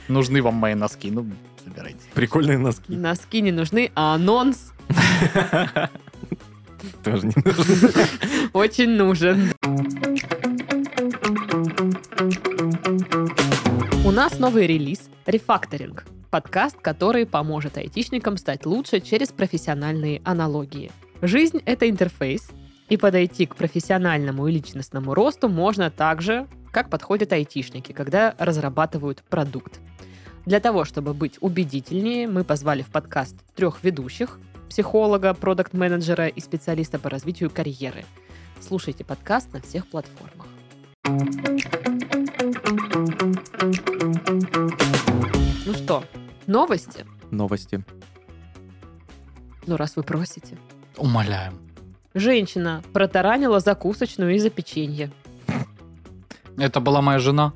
S3: Нужны вам мои носки, ну, забирайте.
S2: Прикольные носки.
S1: Носки не нужны, а анонс
S2: Тоже не
S1: очень нужен. У нас новый релиз «Рефакторинг». Подкаст, который поможет айтишникам стать лучше через профессиональные аналогии. Жизнь — это интерфейс, и подойти к профессиональному и личностному росту можно так же, как подходят айтишники, когда разрабатывают продукт. Для того, чтобы быть убедительнее, мы позвали в подкаст трех ведущих – психолога, продакт-менеджера и специалиста по развитию карьеры. Слушайте подкаст на всех платформах. Ну что, новости?
S2: Новости.
S1: Ну, раз вы просите.
S3: Умоляем.
S1: Женщина протаранила закусочную из-за печенья.
S3: Это была моя жена.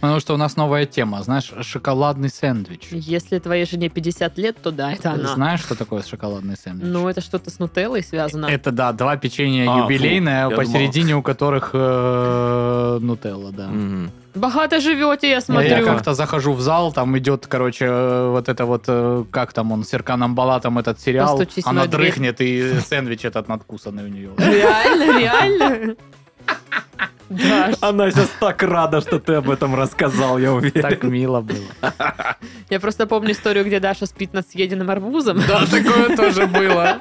S3: Потому что у нас новая тема, знаешь, шоколадный сэндвич.
S1: Если твоей жене 50 лет, то да, это она.
S3: Знаешь, что такое шоколадный сэндвич?
S1: Ну, это что-то с нутеллой связано.
S3: Это, да, два печенья
S2: А,
S3: юбилейное,
S2: фу, я
S3: посередине у которых э, нутелла, да.
S2: Мгм.
S1: Богато живете, я
S3: Я-
S1: смотрю.
S3: Я как-то захожу в зал, там идет, короче, э, вот это вот, э, как там он, Серкан Амбала, там этот сериал.
S1: Постучись в
S3: она
S1: мою дверь.
S3: дрыхнет, и сэндвич этот надкусанный у нее.
S1: Реально, реально. Да,
S2: Она сейчас так рада, что ты об этом рассказал, я
S3: Так мило было.
S1: я просто помню историю, где Даша спит над съеденным арбузом.
S3: Да, такое тоже было.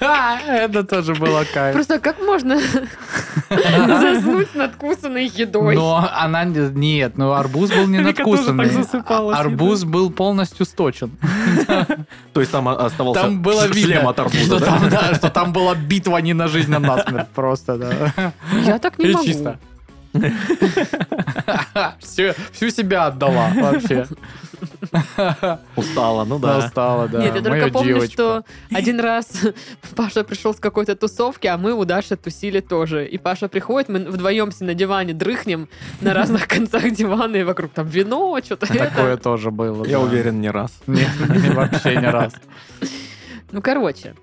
S3: Это тоже было кайф.
S1: Просто как можно заснуть надкусанной едой?
S3: Но она... не- Нет, ну арбуз был не
S2: Вика тоже
S3: надкусанный. А,
S2: так засыпала с едой.
S3: Арбуз был полностью сточен.
S2: То есть там о- оставался
S3: Там было
S2: ш- шлем
S3: видно,
S2: от арбуза,
S3: что
S2: да?
S3: там, да, что там была битва не на жизнь, а на смерть. Просто, да.
S1: Я так не
S3: И
S1: могу.
S3: чисто. Всё- Всю себя отдала вообще.
S2: Устала, ну да.
S3: Достала, да.
S1: Нет, я только
S3: Мою
S1: помню,
S3: девочку.
S1: что один раз Паша пришел с какой-то тусовки, а мы у Даши тусили тоже. И Паша приходит, мы вдвоем все на диване дрыхнем на разных концах дивана, и вокруг там вино, что-то
S3: Такое
S1: это.
S3: тоже было.
S2: Я
S3: да.
S2: уверен, не раз.
S3: Нет, вообще не раз.
S1: Ну, короче,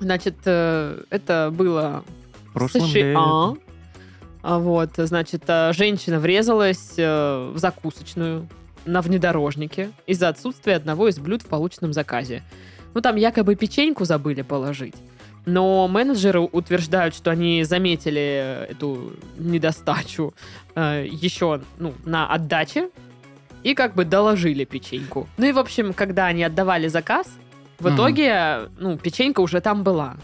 S1: значит, э, это было
S2: Прошлым
S1: США.
S2: летом.
S1: А Вот, значит, а, женщина врезалась э, в закусочную на внедорожнике из-за отсутствия одного из блюд в полученном заказе. Ну, там якобы печеньку забыли положить. Но менеджеры утверждают, что они заметили эту недостачу э, еще ну, на отдаче и как бы доложили печеньку. Ну и, в общем, когда они отдавали заказ, в
S3: Мгм.
S1: итоге, ну, печенька уже там была.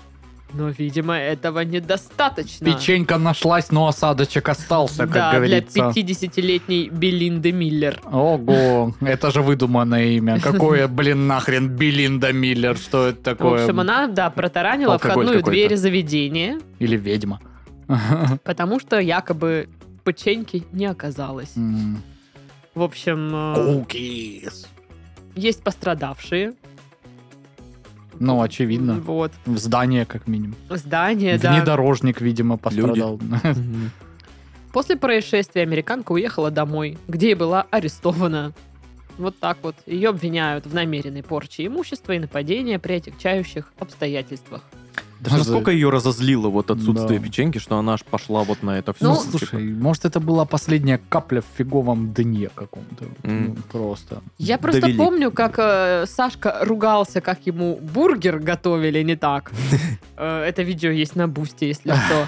S1: Но, видимо, этого недостаточно.
S3: Печенька нашлась, но осадочек остался, как
S1: да,
S3: говорится.
S1: для 50-летней Белинды Миллер.
S3: Ого, это же выдуманное имя. Какое, блин, нахрен Белинда Миллер, что это такое?
S1: В общем, она, да, протаранила
S2: Алкоголь
S1: входную
S2: какой-то.
S1: дверь заведения,
S3: Или ведьма.
S1: потому что якобы печеньки не оказалось.
S3: М.
S1: В общем, э,
S3: Кукис.
S1: есть пострадавшие.
S3: Ну, очевидно.
S1: Вот.
S3: В здание, как минимум.
S1: Здание, да.
S3: Внедорожник, видимо, пострадал.
S2: Мгм.
S1: После происшествия американка уехала домой, где и была арестована. Вот так вот. Ее обвиняют в намеренной порче имущества и нападении при отягчающих обстоятельствах.
S3: Да что за-
S2: Насколько ее разозлило вот отсутствие
S3: Да.
S2: печеньки, что она аж пошла вот на это типа, все.
S1: Ну,
S3: Ну, слушай, может, это была последняя капля в фиговом дне каком-то.
S2: М.
S3: Ну, просто.
S1: Я просто
S2: Довели.
S1: помню, как э, Сашка ругался, как ему бургер готовили не так. Э, Это видео есть на бусте, если что.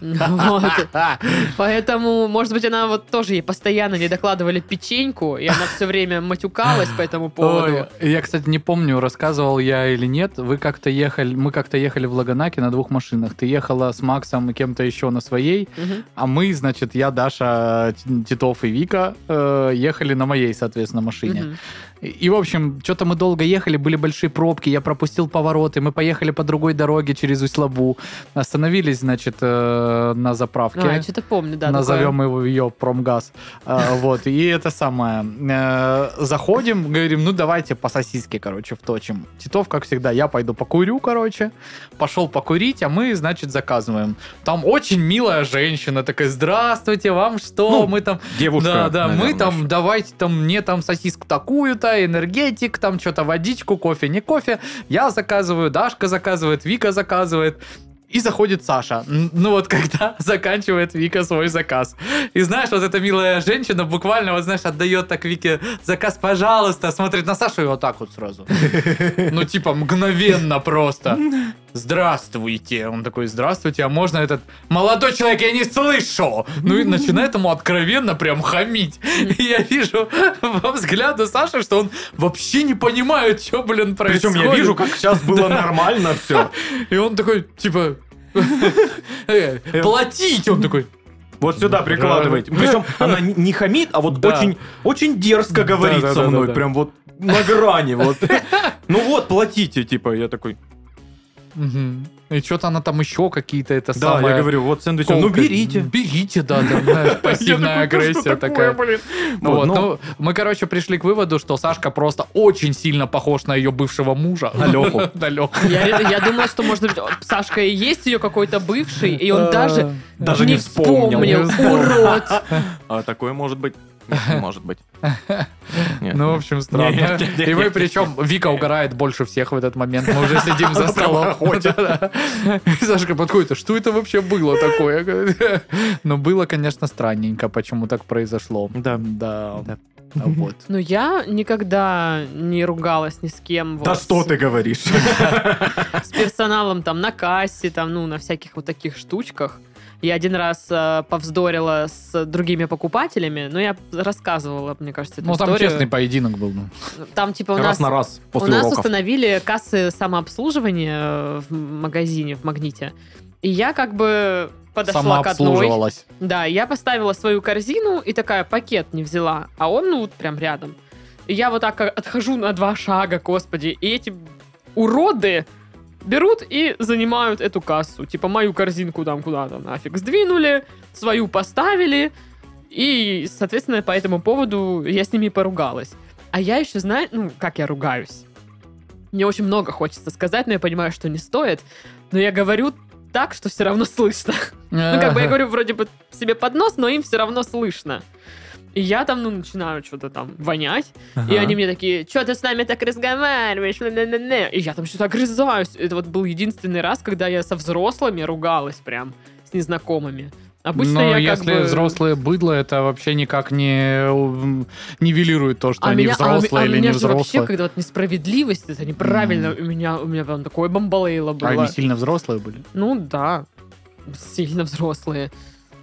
S1: Вот.
S3: А,
S1: Поэтому, может быть, она вот тоже ей постоянно не докладывали печеньку, и она все время матюкалась по этому поводу.
S3: Ой, я, кстати, не помню, рассказывал я или нет. Вы как-то ехали, мы как-то ехали в Лаганаке на двух машинах. Ты ехала с Максом и кем-то еще на своей,
S1: Мгм.
S3: а мы, значит, я, Даша, Т- Титов и Вика э, ехали на моей, соответственно, машине.
S1: Мгм.
S3: И, и, в общем, что-то мы долго ехали, были большие пробки, я пропустил повороты, мы поехали по другой дороге через Усть-Лабу, остановились, значит, э, на заправке
S1: А, я что-то помню, да.
S3: назовем его ее промгаз. А, Вот, и это самое. Э, Заходим, говорим, ну давайте по сосиске, короче, вточим. Титов, как всегда, я пойду покурю, короче. Пошел покурить, а мы, значит, заказываем. Там очень милая женщина такая, здравствуйте, вам что?
S2: Ну,
S3: мы там
S2: Девушка.
S3: да, да,
S2: наверное,
S3: мы там,
S2: ещё.
S3: давайте там, мне там сосиску такую-то, энергетик, там что-то водичку, кофе, не кофе. Я заказываю, Дашка заказывает, Вика заказывает. И заходит Саша. Н- Ну вот когда заканчивает Вика свой заказ. И знаешь, вот эта милая женщина буквально, вот знаешь, отдает так Вике заказ, пожалуйста, смотрит на Сашу и вот так вот сразу. Ну типа мгновенно просто. Здравствуйте. Он такой, здравствуйте, а можно этот... Молодой человек, я не слышу! Ну и начинает ему откровенно прям хамить. И я вижу во взгляду Саши, что он вообще не понимает, что, блин, происходит.
S2: Причем я вижу, как сейчас было нормально все.
S3: И он такой, типа... «Э, Платить! Он такой,
S2: Вот сюда прикладывайте.
S3: Да.
S2: Причем она не- не хамит, а вот
S3: Да.
S2: очень, очень дерзко говорит
S3: да,
S2: со
S3: да,
S2: мной,
S3: да.
S2: прям вот на грани. Вот. Ну вот, платите, типа, я такой.
S3: «Мгм». и что-то она там еще какие-то это
S2: Да,
S3: самое...
S2: я говорю, вот сэндвич. Ну
S3: колкость.
S2: берите.
S3: Берите, да, там, знаешь, пассивная агрессия такая.
S2: Ну,
S3: Вот,
S2: ну,
S3: ну, мы, короче, пришли к выводу, что Сашка просто очень сильно похож на ее бывшего мужа.
S2: На Леху.
S3: На Леху.
S1: такое. Я, я думала, что, может быть, Сашка и есть ее какой-то бывший, и
S2: Э,
S1: он даже
S2: Даже не вспомнил.
S1: вспомнил.
S3: А, Не вспомнил.
S1: Урод.
S2: А такое может быть? Нет, не Может быть. Нет,
S3: Ну, в
S2: нет.
S3: общем, странно.
S2: Нет, нет, нет,
S3: И мы,
S2: нет.
S3: причем, Вика угорает больше всех в этот момент. Мы уже сидим за
S2: Она прям
S3: столом.
S2: охотит.
S3: Да, да. И Сашка подходит, а что это вообще было такое? Но было, конечно, странненько, почему так произошло.
S2: Да.
S3: Да.
S2: Да.
S3: Вот.
S1: Ну, я никогда не ругалась ни с кем.
S2: Да
S1: вот,
S2: что ты говоришь?
S1: С персоналом там на кассе, там, ну, на всяких вот таких штучках. Я один раз э, повздорила с другими покупателями, но я рассказывала, мне кажется, эту
S3: Ну, там
S1: историю.
S3: честный поединок был. ну.
S1: Там, типа, у нас...
S2: Раз на раз
S1: у
S2: после
S1: нас
S2: уроков.
S1: установили кассы самообслуживания э, в магазине, в «Магните». И я как бы подошла к одной.
S3: Самообслуживалась.
S1: Да, я поставила свою корзину и такая пакет не взяла, а он ну вот прям рядом. И я вот так отхожу на два шага, господи, и эти уроды берут и занимают эту кассу. Типа мою корзинку там куда-то нафиг сдвинули, свою поставили, и, соответственно, по этому поводу я с ними поругалась. А я еще знаю, ну, как я ругаюсь. Мне очень много хочется сказать, но я понимаю, что не стоит. Но я говорю так, что все равно слышно. Ну, как бы я говорю вроде бы себе под нос, но им все равно слышно. И я там, ну, начинаю что-то там вонять. И они мне такие, что ты с нами так разговариваешь? Ля-ля-ля-ля». И я там что-то огрызаюсь. Это вот был единственный раз, когда я со взрослыми ругалась прям, с незнакомыми. Обычно
S3: Но
S1: я как
S3: Ну, если
S1: бы...
S3: взрослые быдло, это вообще никак не м, нивелирует то, что
S1: А
S3: они
S1: меня, а
S3: взрослые
S1: ми- а
S3: или
S1: меня
S3: не
S1: же вообще,
S3: взрослые.
S1: когда вот несправедливость, это неправильно,
S3: М.
S1: у меня, у меня прям такое бомбалейло
S3: А
S1: было.
S3: они сильно взрослые были.
S1: Ну да, сильно взрослые.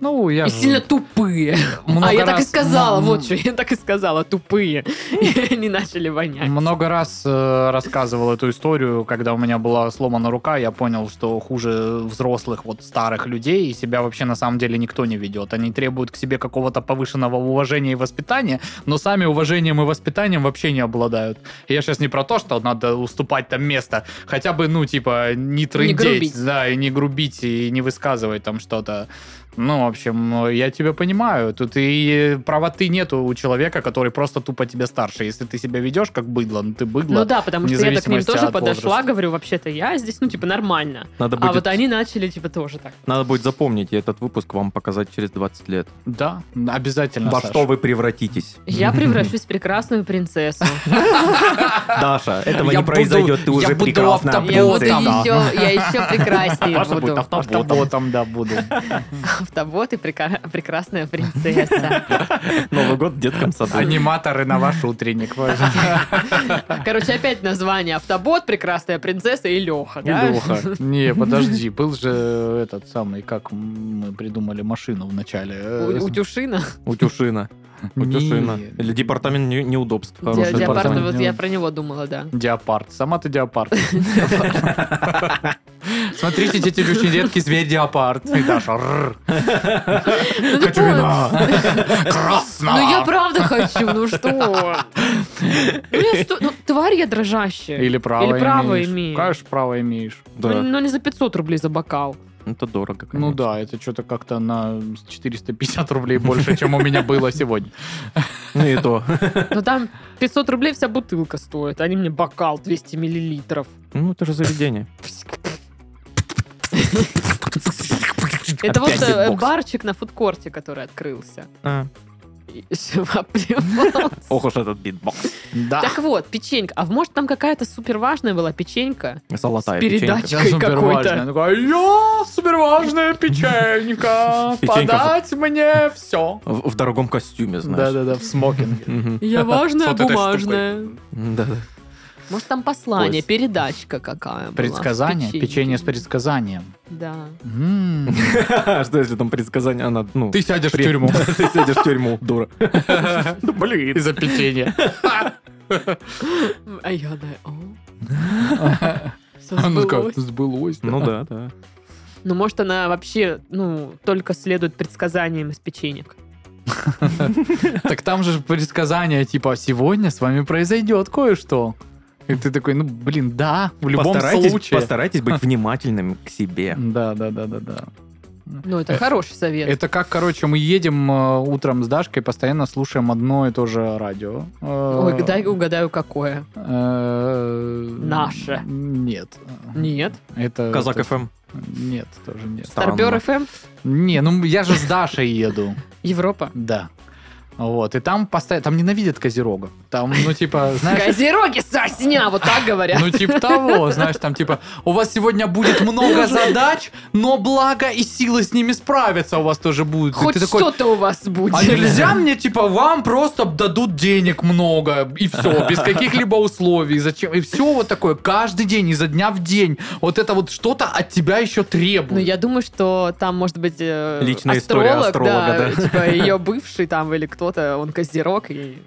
S3: Ну, я
S1: И
S3: же
S1: сильно тупые.
S3: много
S1: а я так и
S3: раз-
S1: сказала,
S3: м,
S1: вот что, я так и сказала, тупые. И они начали вонять.
S3: Много раз э, рассказывал эту историю, когда у меня была сломана рука, я понял, что хуже взрослых, вот старых людей, и себя вообще на самом деле никто не ведет. Они требуют к себе какого-то повышенного уважения и воспитания, но сами уважением и воспитанием вообще не обладают. И я сейчас не про то, что надо уступать там место, хотя бы, ну, типа, не трындеть,
S1: грубить.
S3: да, и не грубить, и не высказывать там что-то. Ну, в общем, я тебя понимаю. Тут и правоты нету у человека, который просто тупо тебе старше. Если ты себя ведешь как быдло, ну ты быдло.
S1: Ну да, потому что я так к ним
S3: независимости
S1: тоже
S3: от
S1: подошла,
S3: возраста.
S1: говорю, вообще-то я здесь, ну, типа, нормально.
S2: Надо
S1: А
S2: будет,
S1: вот они начали, типа, тоже так.
S2: надо будет запомнить и этот выпуск вам показать через 20 лет.
S3: Да, обязательно,
S2: Во
S3: Саш.
S2: что вы превратитесь?
S1: Я превращусь в прекрасную принцессу.
S2: Даша, этого не
S3: Я буду-
S2: произойдет, ты
S3: я
S2: уже
S3: буду
S2: прекрасная
S3: автоботом.
S1: Я буду
S3: вот
S2: принцесса.
S3: это.
S1: еще, я еще прекраснее
S2: Паша будет
S1: буду.
S2: автоботом.
S3: Автоботом, да, буду.
S1: Автобот и прека- прекрасная принцесса.
S2: Новый год в детском саду.
S3: Аниматоры на ваш утренник.
S1: Короче, опять название. Автобот, прекрасная принцесса и Леха, да?
S3: Илюха. Не, подожди, был же этот самый, как мы придумали машину в начале. э,
S1: У- Утюшина.
S2: Утюшина. Утюшина. Или департамент не- неудобств. Хорошее
S1: Ди- Диапарт,
S2: название.
S1: вот я про него думала, да.
S3: Диапарт. Сама ты диапарт. Смотрите, дети, очень редкий зверь диапарт. И Даша. «Рррр,
S1: Ну,
S3: Хочу
S1: такое-
S3: вина. Красно.
S1: Ну, я правда хочу, ну что? Блин, что? Ну, тварь я дрожащая.
S3: Или право
S1: Или право
S3: имеешь.
S1: имеешь.
S3: Конечно, право имеешь.
S1: Ну,
S2: Да,
S1: ну, не за 500 рублей за бокал.
S2: это дорого,
S3: Ну
S2: конечно.
S3: да, это что-то как-то на 450 рублей больше, чем у меня было сегодня.
S2: Ну и то.
S1: Но там 500 рублей вся бутылка стоит, они мне бокал 200 миллилитров.
S2: Ну, это же заведение.
S1: Это вот
S2: Опять
S1: э,
S2: битбокс.
S1: барчик на фудкорте, который открылся.
S2: А.
S1: И всё, обливался.
S2: Ох уж этот битбокс.
S3: Да.
S1: Так вот, печенька. А может там какая-то супер важная была печенька?
S2: Золотая
S1: С передачей.
S2: печенька.
S3: Я суперважная.
S1: какой-то.
S3: Она такая, я суперважная печенька.
S2: Печенька.
S3: Подать мне все.
S2: В в дорогом костюме, знаешь.
S3: Да-да-да, в смокинге.
S2: Мгм.
S1: Я
S3: С
S1: важная,
S3: вот этой
S1: бумажная.
S2: Да-да.
S1: Может там послание,
S2: Ой.
S1: передачка какая была.
S3: Предсказание,
S1: в печеньке.
S3: печенье с предсказанием.
S1: Да.
S3: М.
S2: Что если там предсказание, она, ну...
S3: Ты сядешь в
S2: пред-
S3: тюрьму
S2: Ты сидишь в тюрьму, дура. Блин.
S3: из-за печенья.
S1: А я да. о. Всё
S3: Она такая,
S1: сбылось.
S3: сбылось.
S2: Ну да, да.
S1: Ну, может, она вообще, ну, только следует предсказаниям из печенек.
S3: Так там же предсказание, типа, сегодня с вами произойдет кое-что. И ты такой, ну, блин, да, в любом
S2: Постарайтесь-
S3: случае.
S2: Постарайтесь быть внимательными к себе.
S3: Да, да, да, да, да.
S1: Ну, это хороший совет.
S3: Это как, короче, мы едем э, утром с Дашкой, постоянно слушаем одно и то же радио. Э,
S1: Ой, дай угадаю, какое.
S3: э,
S1: Наше.
S3: Нет.
S1: Нет.
S3: Это...
S2: Казак Эм.
S3: это-
S2: ФМ.
S3: Нет, тоже нет.
S2: Странно.
S1: Старпер ФМ?
S3: Не, ну я же с Дашей еду.
S1: Европа.
S3: Да. Вот, и там постоянно, там ненавидят козерогов. Там, ну, типа, знаешь,
S1: Козероги, сосня, вот так говорят.
S3: Ну, типа того, знаешь, там типа, у вас сегодня будет много задач, но благо и силы с ними справиться у вас тоже будут. И
S1: Хоть
S3: ты такой,
S1: что-то у вас будет.
S3: а нельзя мне, типа, вам просто дадут денег много, и все, без каких-либо условий, зачем, и все вот такое, каждый день, изо дня в день, вот это вот что-то от тебя еще требует.
S1: Ну, я думаю, что там, может быть, э,
S2: Личная
S1: астролог,
S2: история астролога, да.
S1: типа ее бывший там или кто-то, он козерог и...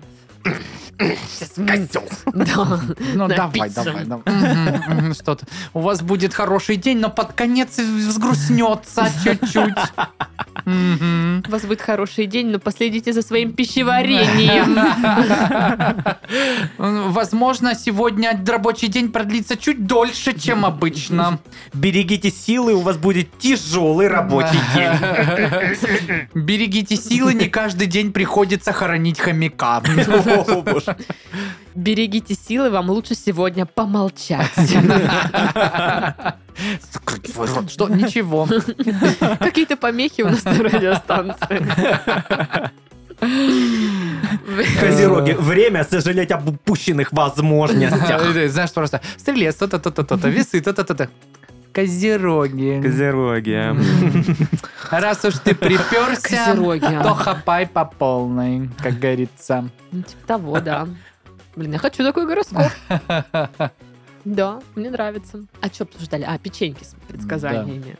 S1: Сейчас козел. Да.
S3: Ну давай,
S1: напиться.
S3: давай, давай. Мгм, мгм, Что-то. У вас будет хороший день, но под конец взгрустнется чуть-чуть. Мгм.
S1: У вас будет хороший день, но последите за своим пищеварением.
S3: Возможно, сегодня рабочий день продлится чуть дольше, чем обычно.
S2: Берегите силы, у вас будет тяжелый рабочий день.
S3: Берегите силы, не каждый день приходится хоронить хомяка.
S2: О, боже.
S1: Берегите силы, вам лучше сегодня помолчать.
S3: Закрыть свой рот. Что? Ничего.
S1: Какие-то помехи у нас на радиостанции.
S2: Козероги, время сожалеть об упущенных возможностях.
S3: Э, Знаешь, просто стрелец, то-то-то-то-то, весы, то-то-то-то. Козероги.
S2: Козероги. Ну,
S3: Раз уж ты приперся,
S1: Козероги.
S3: то
S1: а.
S3: хапай по полной, как говорится.
S1: Ну, типа того, да. Блин, я хочу такой гороскоп. Да, мне нравится. А что обсуждали? А, печеньки с предсказаниями.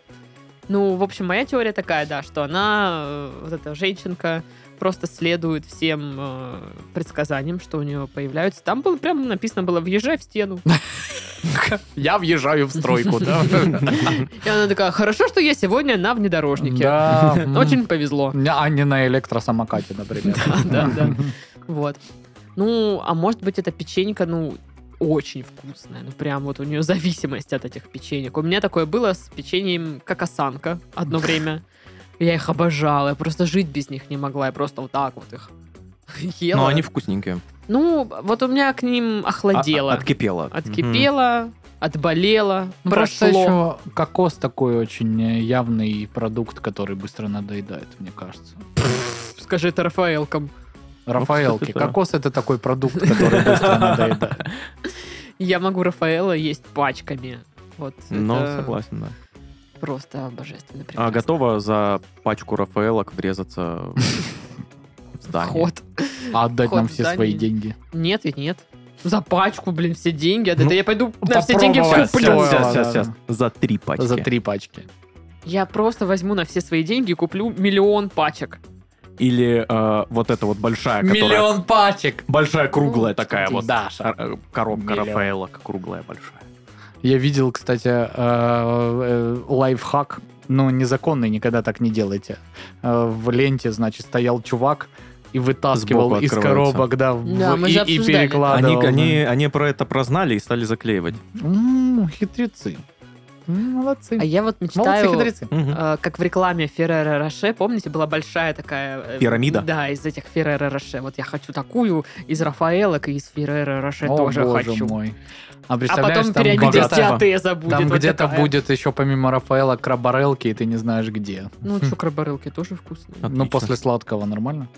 S1: Ну, в общем, моя теория такая, да, что она, э, вот эта женщинка, просто следует всем э, предсказаниям, что у нее появляются. Там было прям написано было «въезжай в стену».
S3: Я въезжаю в стройку, да?
S1: И она такая «Хорошо, что я сегодня на внедорожнике».
S3: Да. м.
S1: Очень повезло.
S3: А не на электросамокате, например.
S1: Да, да, да. Вот. Ну, а может быть, эта печенька, ну, очень вкусная. Ну, прям вот у нее зависимость от этих печенек. У меня такое было с печеньем кокосанка одно время. Я их обожала, я просто жить без них не могла, я просто вот так вот их ела.
S2: Но они вкусненькие.
S1: Ну, вот у меня к ним
S2: А-
S1: охладело.
S2: а- Откипело.
S1: Откипело, отболело,
S3: Ну, Просто
S1: прошло.
S3: еще кокос такой очень э, явный продукт, который быстро надоедает, мне кажется.
S1: Скажи это Рафаэлкам.
S3: Рафаэлки.
S2: кстати, да.
S3: Кокос это такой продукт, который быстро надоедает.
S1: Я могу Рафаэла есть пачками. Вот
S2: Мгм. Ну,
S1: это
S2: согласен, да.
S1: Просто божественно прекрасно.
S2: А готова за пачку Рафаэлок врезаться в здание?
S1: Ход.
S3: А отдать
S1: Ход
S3: нам все
S1: зданий.
S3: свои деньги.
S1: Нет ведь нет. За пачку, блин, все деньги. Да
S2: Ну,
S1: я пойду на все
S3: попробовать
S1: деньги все
S3: всё.
S1: куплю.
S3: Ой,
S2: Сейчас,
S3: да,
S2: сейчас, сейчас. За три пачки.
S3: За три пачки.
S1: Я просто возьму на все свои деньги и куплю миллион пачек.
S2: Или э, вот эта вот большая, которая...
S3: Миллион пачек.
S2: Большая круглая
S1: Ну,
S2: такая вот.
S3: Даша.
S2: а, э, Коробка
S3: Миллион.
S2: Рафаэлок круглая большая.
S3: Я видел, кстати, э, э, лайфхак. Ну, незаконный, никогда так не делайте. Э, В ленте, значит, стоял чувак и вытаскивал
S2: Сбоку
S3: из
S2: открывается.
S3: коробок, да, в-
S1: Да, мы
S3: и,
S1: же
S3: и
S1: обсуждали.
S2: Они,
S3: перекладывал.
S2: они, они про это прознали и стали заклеивать.
S3: М, хитрецы. М, Молодцы.
S1: А я вот
S3: Молодцы,
S1: мечтаю,
S3: хитрецы.
S2: Мгм.
S1: э, как в рекламе Феррера Роше, помните, была большая такая... э,
S2: Пирамида?
S1: Да, из этих Феррера Роше. Вот я хочу такую из Рафаэлок и из Феррера Роше
S3: О,
S1: тоже
S3: боже
S1: хочу.
S3: мой. А
S1: А
S3: представляешь,
S1: потом
S3: там
S1: периодически
S3: где-то,
S1: Атеза будет.
S3: там
S1: вот
S3: где-то
S1: такая.
S3: будет еще помимо Рафаэла крабарелки, и ты не знаешь где.
S1: Ну, что, крабарылки тоже вкусные.
S2: Отлично.
S3: Ну, после сладкого нормально?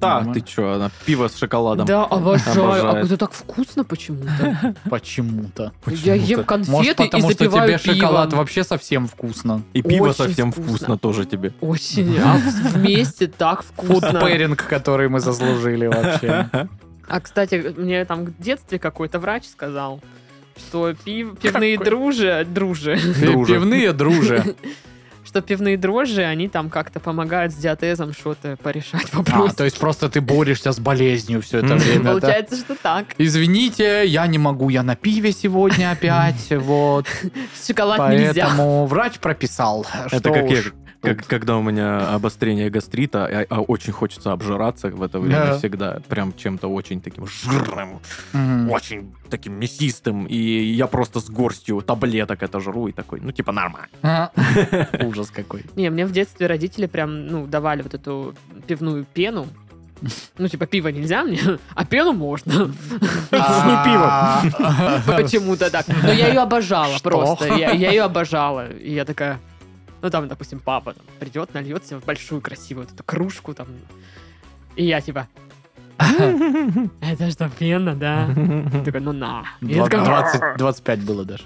S2: Да,
S3: Нормально.
S2: ты чё, она пиво с шоколадом.
S1: Да, обожаю. А
S2: Обожает.
S1: это так вкусно почему-то.
S3: Почему-то.
S1: Я
S2: Почему-то.
S1: ем конфеты
S3: Может, потому
S1: и
S3: что тебе
S1: запиваю
S3: шоколад
S1: пивом.
S3: вообще совсем вкусно.
S2: И пиво
S1: очень
S2: совсем
S1: вкусно.
S2: вкусно. тоже тебе.
S1: Очень. А вместе так вкусно.
S3: Фудпэринг, который мы заслужили вообще.
S1: А, кстати, мне там в детстве какой-то врач сказал, что пив- пивные
S3: Какой?
S1: дружи, дружи,
S2: Друже.
S3: Пивные друже.
S1: что пивные дрожжи, они там как-то помогают с диатезом что-то порешать
S3: А,
S1: вопрос.
S3: то есть просто ты борешься с болезнью все это
S2: Мгм.
S3: время, да?
S1: Получается, что так.
S3: Извините, я не могу, я на пиве сегодня опять, вот.
S1: Шоколад нельзя.
S3: Поэтому врач прописал.
S2: Это как я,
S3: тут.
S2: как- когда у меня обострение гастрита, а, а очень хочется обжираться в это время
S3: Да.
S2: всегда. Прям чем-то очень таким жирным, очень таким мясистым. И я просто с горстью таблеток это жру и такой, ну типа нормально.
S3: Ужас какой.
S1: Не, мне в детстве родители прям, ну, давали вот эту пивную пену. Ну, типа, пиво нельзя мне, а пену можно.
S3: А, не
S1: Почему-то так. Но я ее обожала
S3: Что?
S1: просто. Я, ее обожала. И я такая... Ну, там, допустим, папа там придет, нальет себе в большую красивую вот эту кружку там. И я типа... Это что, пена,
S2: А?
S1: да? Он такой, ну на. И я такая,
S3: 25 было даже.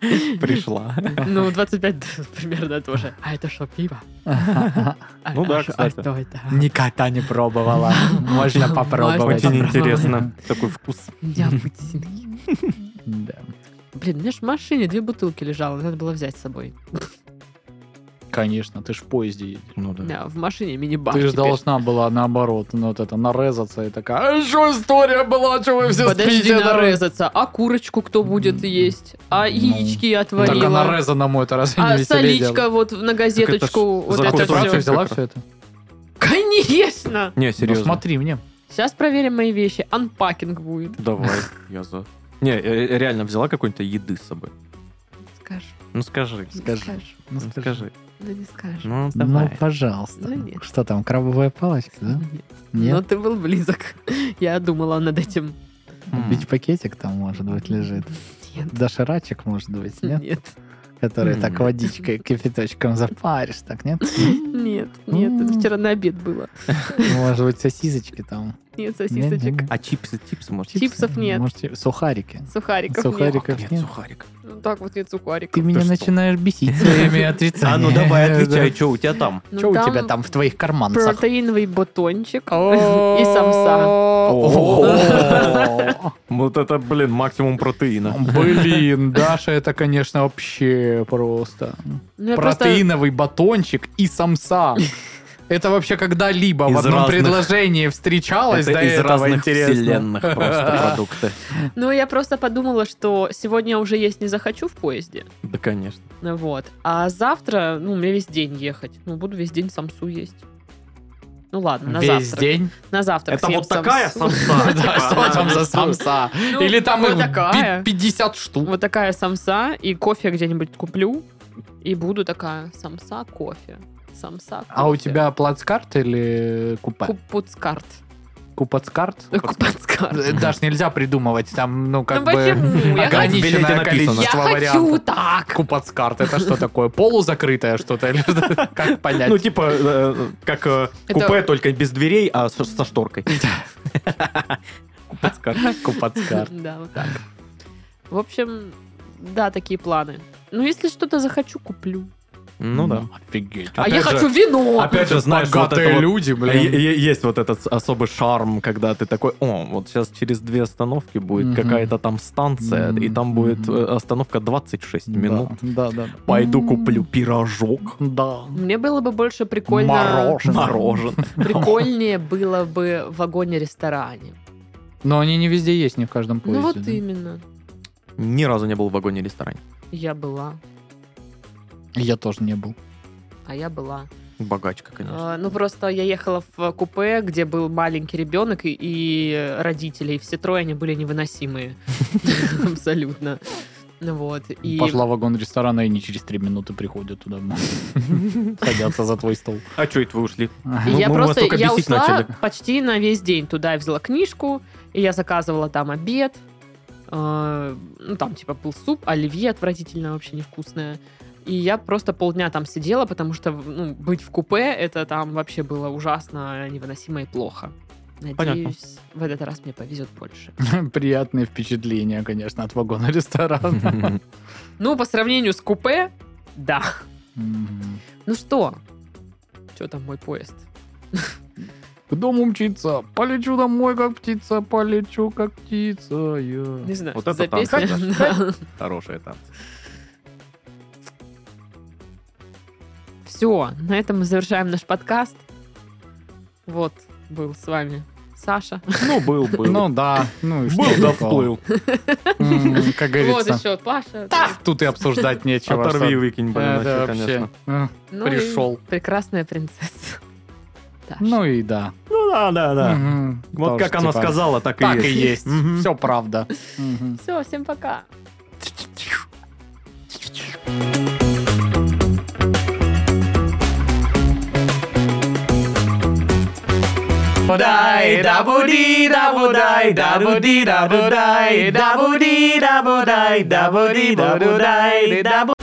S2: Пришла.
S1: Ну, 25 примерно тоже. А это что, пиво? А-
S2: Ну да,
S1: а ш-
S2: кстати.
S1: А что это?
S3: Никогда не пробовала. Можно попробовать.
S2: Очень
S1: попробовала.
S2: интересно. Такой вкус.
S1: Необычный.
S3: Да.
S1: Блин, у меня ж в машине две бутылки лежало, надо было взять с собой.
S3: Конечно, ты ж в поезде едешь.
S2: Ну да.
S1: Да, в машине мини-бар.
S3: Ты же
S1: теперь.
S3: должна была наоборот, ну вот это, нарезаться и такая, а что история была, что вы все
S1: Подожди
S3: спите?
S1: нарезаться. А курочку кто будет
S3: М,
S1: есть? А
S3: ну,
S1: яички я
S3: Так а
S1: отварила?
S3: нарезанному это разве не
S1: А
S3: веселее дело?
S1: соличка вот на газеточку?
S2: ж
S1: Вот
S2: за
S1: это все.
S2: курсовую
S3: Ты сразу
S2: всё.
S3: взяла все это?
S1: Конечно!
S2: Не,
S3: Ну
S2: серьезно.
S3: смотри мне.
S1: Сейчас проверим мои вещи. Анпакинг будет.
S2: Давай, я за. Не, э, реально взяла какой-нибудь еды с собой.
S1: Скажу.
S2: Ну скажи.
S3: Скажи.
S2: Ну скажи.
S1: Да не скажешь.
S2: Ну
S3: Ну,
S2: давай.
S3: пожалуйста.
S1: Ну, нет. Ну,
S3: Что там, крабовая палочка, да?
S1: Нет. Но
S3: Нет?
S1: ты был близок. Я думала над этим. ну
S2: М.
S3: Ведь пакетик там, может быть, лежит.
S1: Нет.
S3: Доширачек, может быть, нет?
S1: Ну, Нет.
S3: Который
S2: М.
S3: так водичкой, кипяточком запаришь, так, нет?
S1: Нет. Нет. Это
S3: М.
S1: вчера на обед было.
S3: Ну, Может быть, сосисочки там.
S1: Нет сосисочек.
S3: Нет,
S2: А чипсы, чипсы, может?
S1: Чипсов нет.
S3: Может, и- сухарики.
S1: Сухариков нет.
S3: Сухариков
S2: Нет,
S3: нет.
S2: сухарик.
S1: Ну, так вот нет сухариков.
S3: Ты меня
S2: что?
S3: начинаешь бесить своими отрицаниями.
S2: А ну давай, отвечай, что у тебя там?
S1: Ну,
S3: Что у тебя там в твоих карманцах?
S1: Протеиновый батончик.
S3: И
S1: самса.
S2: Вот это, блин, максимум протеина.
S3: Блин, Даша, это, конечно, вообще просто.
S1: Ну, я просто-
S3: Протеиновый батончик и самса. Это вообще когда-либо
S2: Из
S3: в одном
S2: разных-
S3: предложении встречалось до
S2: Это из
S3: этого,
S2: разных
S3: интересно.
S2: вселенных просто продукты.
S1: Ну, я просто подумала, что сегодня уже есть не захочу в поезде.
S2: Да, конечно.
S1: Ну, Вот. А завтра, ну, мне весь день ехать. Ну, буду весь день самсу есть. Ну ладно, на
S3: Весь
S1: завтрак.
S3: день?
S1: На завтрак.
S2: Это
S1: съем
S2: вот такая типа,
S1: самсу.
S2: самса.
S3: Да, что там за самса?
S1: Ну,
S3: Или там
S1: вот
S3: их
S1: такая.
S3: пи- 50 штук?
S1: Вот такая самса и кофе я где-нибудь куплю. И буду такая, самса кофе. Самса кофе.
S3: А у тебя плацкарт или купе?
S1: Купуцкарт.
S3: Купацкарт?
S1: Купацкарт.
S3: Э, Даш, нельзя придумывать, там, ну, как
S1: Ну
S3: бы...
S1: почему? Я хочу-
S2: ограниченное
S3: ограниченное
S2: написано.
S1: Я
S3: количество
S1: хочу
S3: вариантов.
S1: так.
S3: Купацкарт, это что такое? Полузакрытое что-то? Или что? Как
S2: Ну,
S3: понять?
S2: типа, э, как э,
S1: Это-
S2: купе, только без дверей, а со, со шторкой. Купецкар.
S3: Купацкарт.
S1: Да, вот так. В общем, да, такие планы. Ну, если что-то захочу, куплю.
S2: Ну да.
S3: Офигеть.
S1: а я
S2: же-
S1: хочу вино!
S2: опять же, знаешь, вот
S3: Богатые
S2: это вот-
S3: люди,
S2: Е-
S3: блин.
S2: е- Есть вот этот особый шарм, когда ты такой, о, вот сейчас через две остановки будет
S3: Мгм.
S2: какая-то там станция, и там будет
S3: Мгм.
S2: э, остановка 26 минут.
S3: Да, да.
S2: Пойду
S1: М.
S2: куплю пирожок.
S3: Да.
S1: Мне было бы больше прикольно...
S3: Мороженое.
S2: Мороженое.
S1: Прикольнее было бы в вагоне-ресторане.
S3: Но они не везде есть, не в каждом поезде.
S1: Ну вот
S3: да.
S1: именно.
S2: Ни разу не был в вагоне-ресторане.
S1: Я была.
S3: Я тоже не был.
S1: А я была.
S2: Богачка, конечно.
S1: А, ну просто я ехала в купе, где был маленький ребенок и, и родители, и все трое они были невыносимые. Абсолютно. Ну Вот. И
S3: Пошла в вагон ресторана и не через три минуты приходят туда. Садятся за твой стол.
S2: А что это вы ушли?
S1: и
S2: Ну,
S1: я
S2: мы вас
S1: просто
S2: только
S1: я
S2: бесить
S1: ушла
S2: начали.
S1: почти на весь день туда. Я взяла книжку, и я заказывала там обед. Э, Ну, там, типа, был суп, оливье отвратительно, вообще невкусное. И я просто полдня там сидела, потому что ну, быть в купе, это там вообще было ужасно, невыносимо и плохо. Надеюсь,
S2: Понятно.
S1: в этот раз мне повезет больше.
S3: Приятные впечатления, конечно, от вагона ресторана.
S1: Ну, по сравнению с купе, да.
S3: Мгм.
S1: Ну что? Что там мой поезд?
S3: К дому мчиться. Полечу домой, как птица. Полечу, как птица. я.
S1: Не знаю,
S2: Вот
S1: что
S2: это
S1: за
S2: танцы,
S1: песня.
S2: Даша.
S1: Да.
S2: Хорошая танцы.
S1: Все, на этом мы завершаем наш подкаст. Вот, был с вами Саша.
S2: Ну, был, был.
S3: Ну да. Ну и что
S2: был, да
S3: такого?
S2: вплыл.
S3: М, Как говорится.
S1: Вот еще Паша.
S3: Тут и обсуждать нечего.
S2: Оторви и
S3: что-
S2: выкинь, блин,
S3: Э,
S2: вообще,
S3: да,
S2: конечно.
S3: вообще. э, М,
S1: Ну и
S3: Пришел.
S1: прекрасная принцесса. Даша.
S3: Ну и да.
S2: Ну да, да, да.
S3: Мгм.
S2: Вот
S3: Тоже
S2: как она
S3: типа-
S2: сказала, так
S3: Так
S2: и
S3: и
S2: есть.
S3: есть.
S2: Мгм.
S3: Все правда. Мгм.
S1: Все, всем пока.
S3: Дай, да буди, да будай, да буди, да будай, да буди, да будай, да буди, да будай, да буди.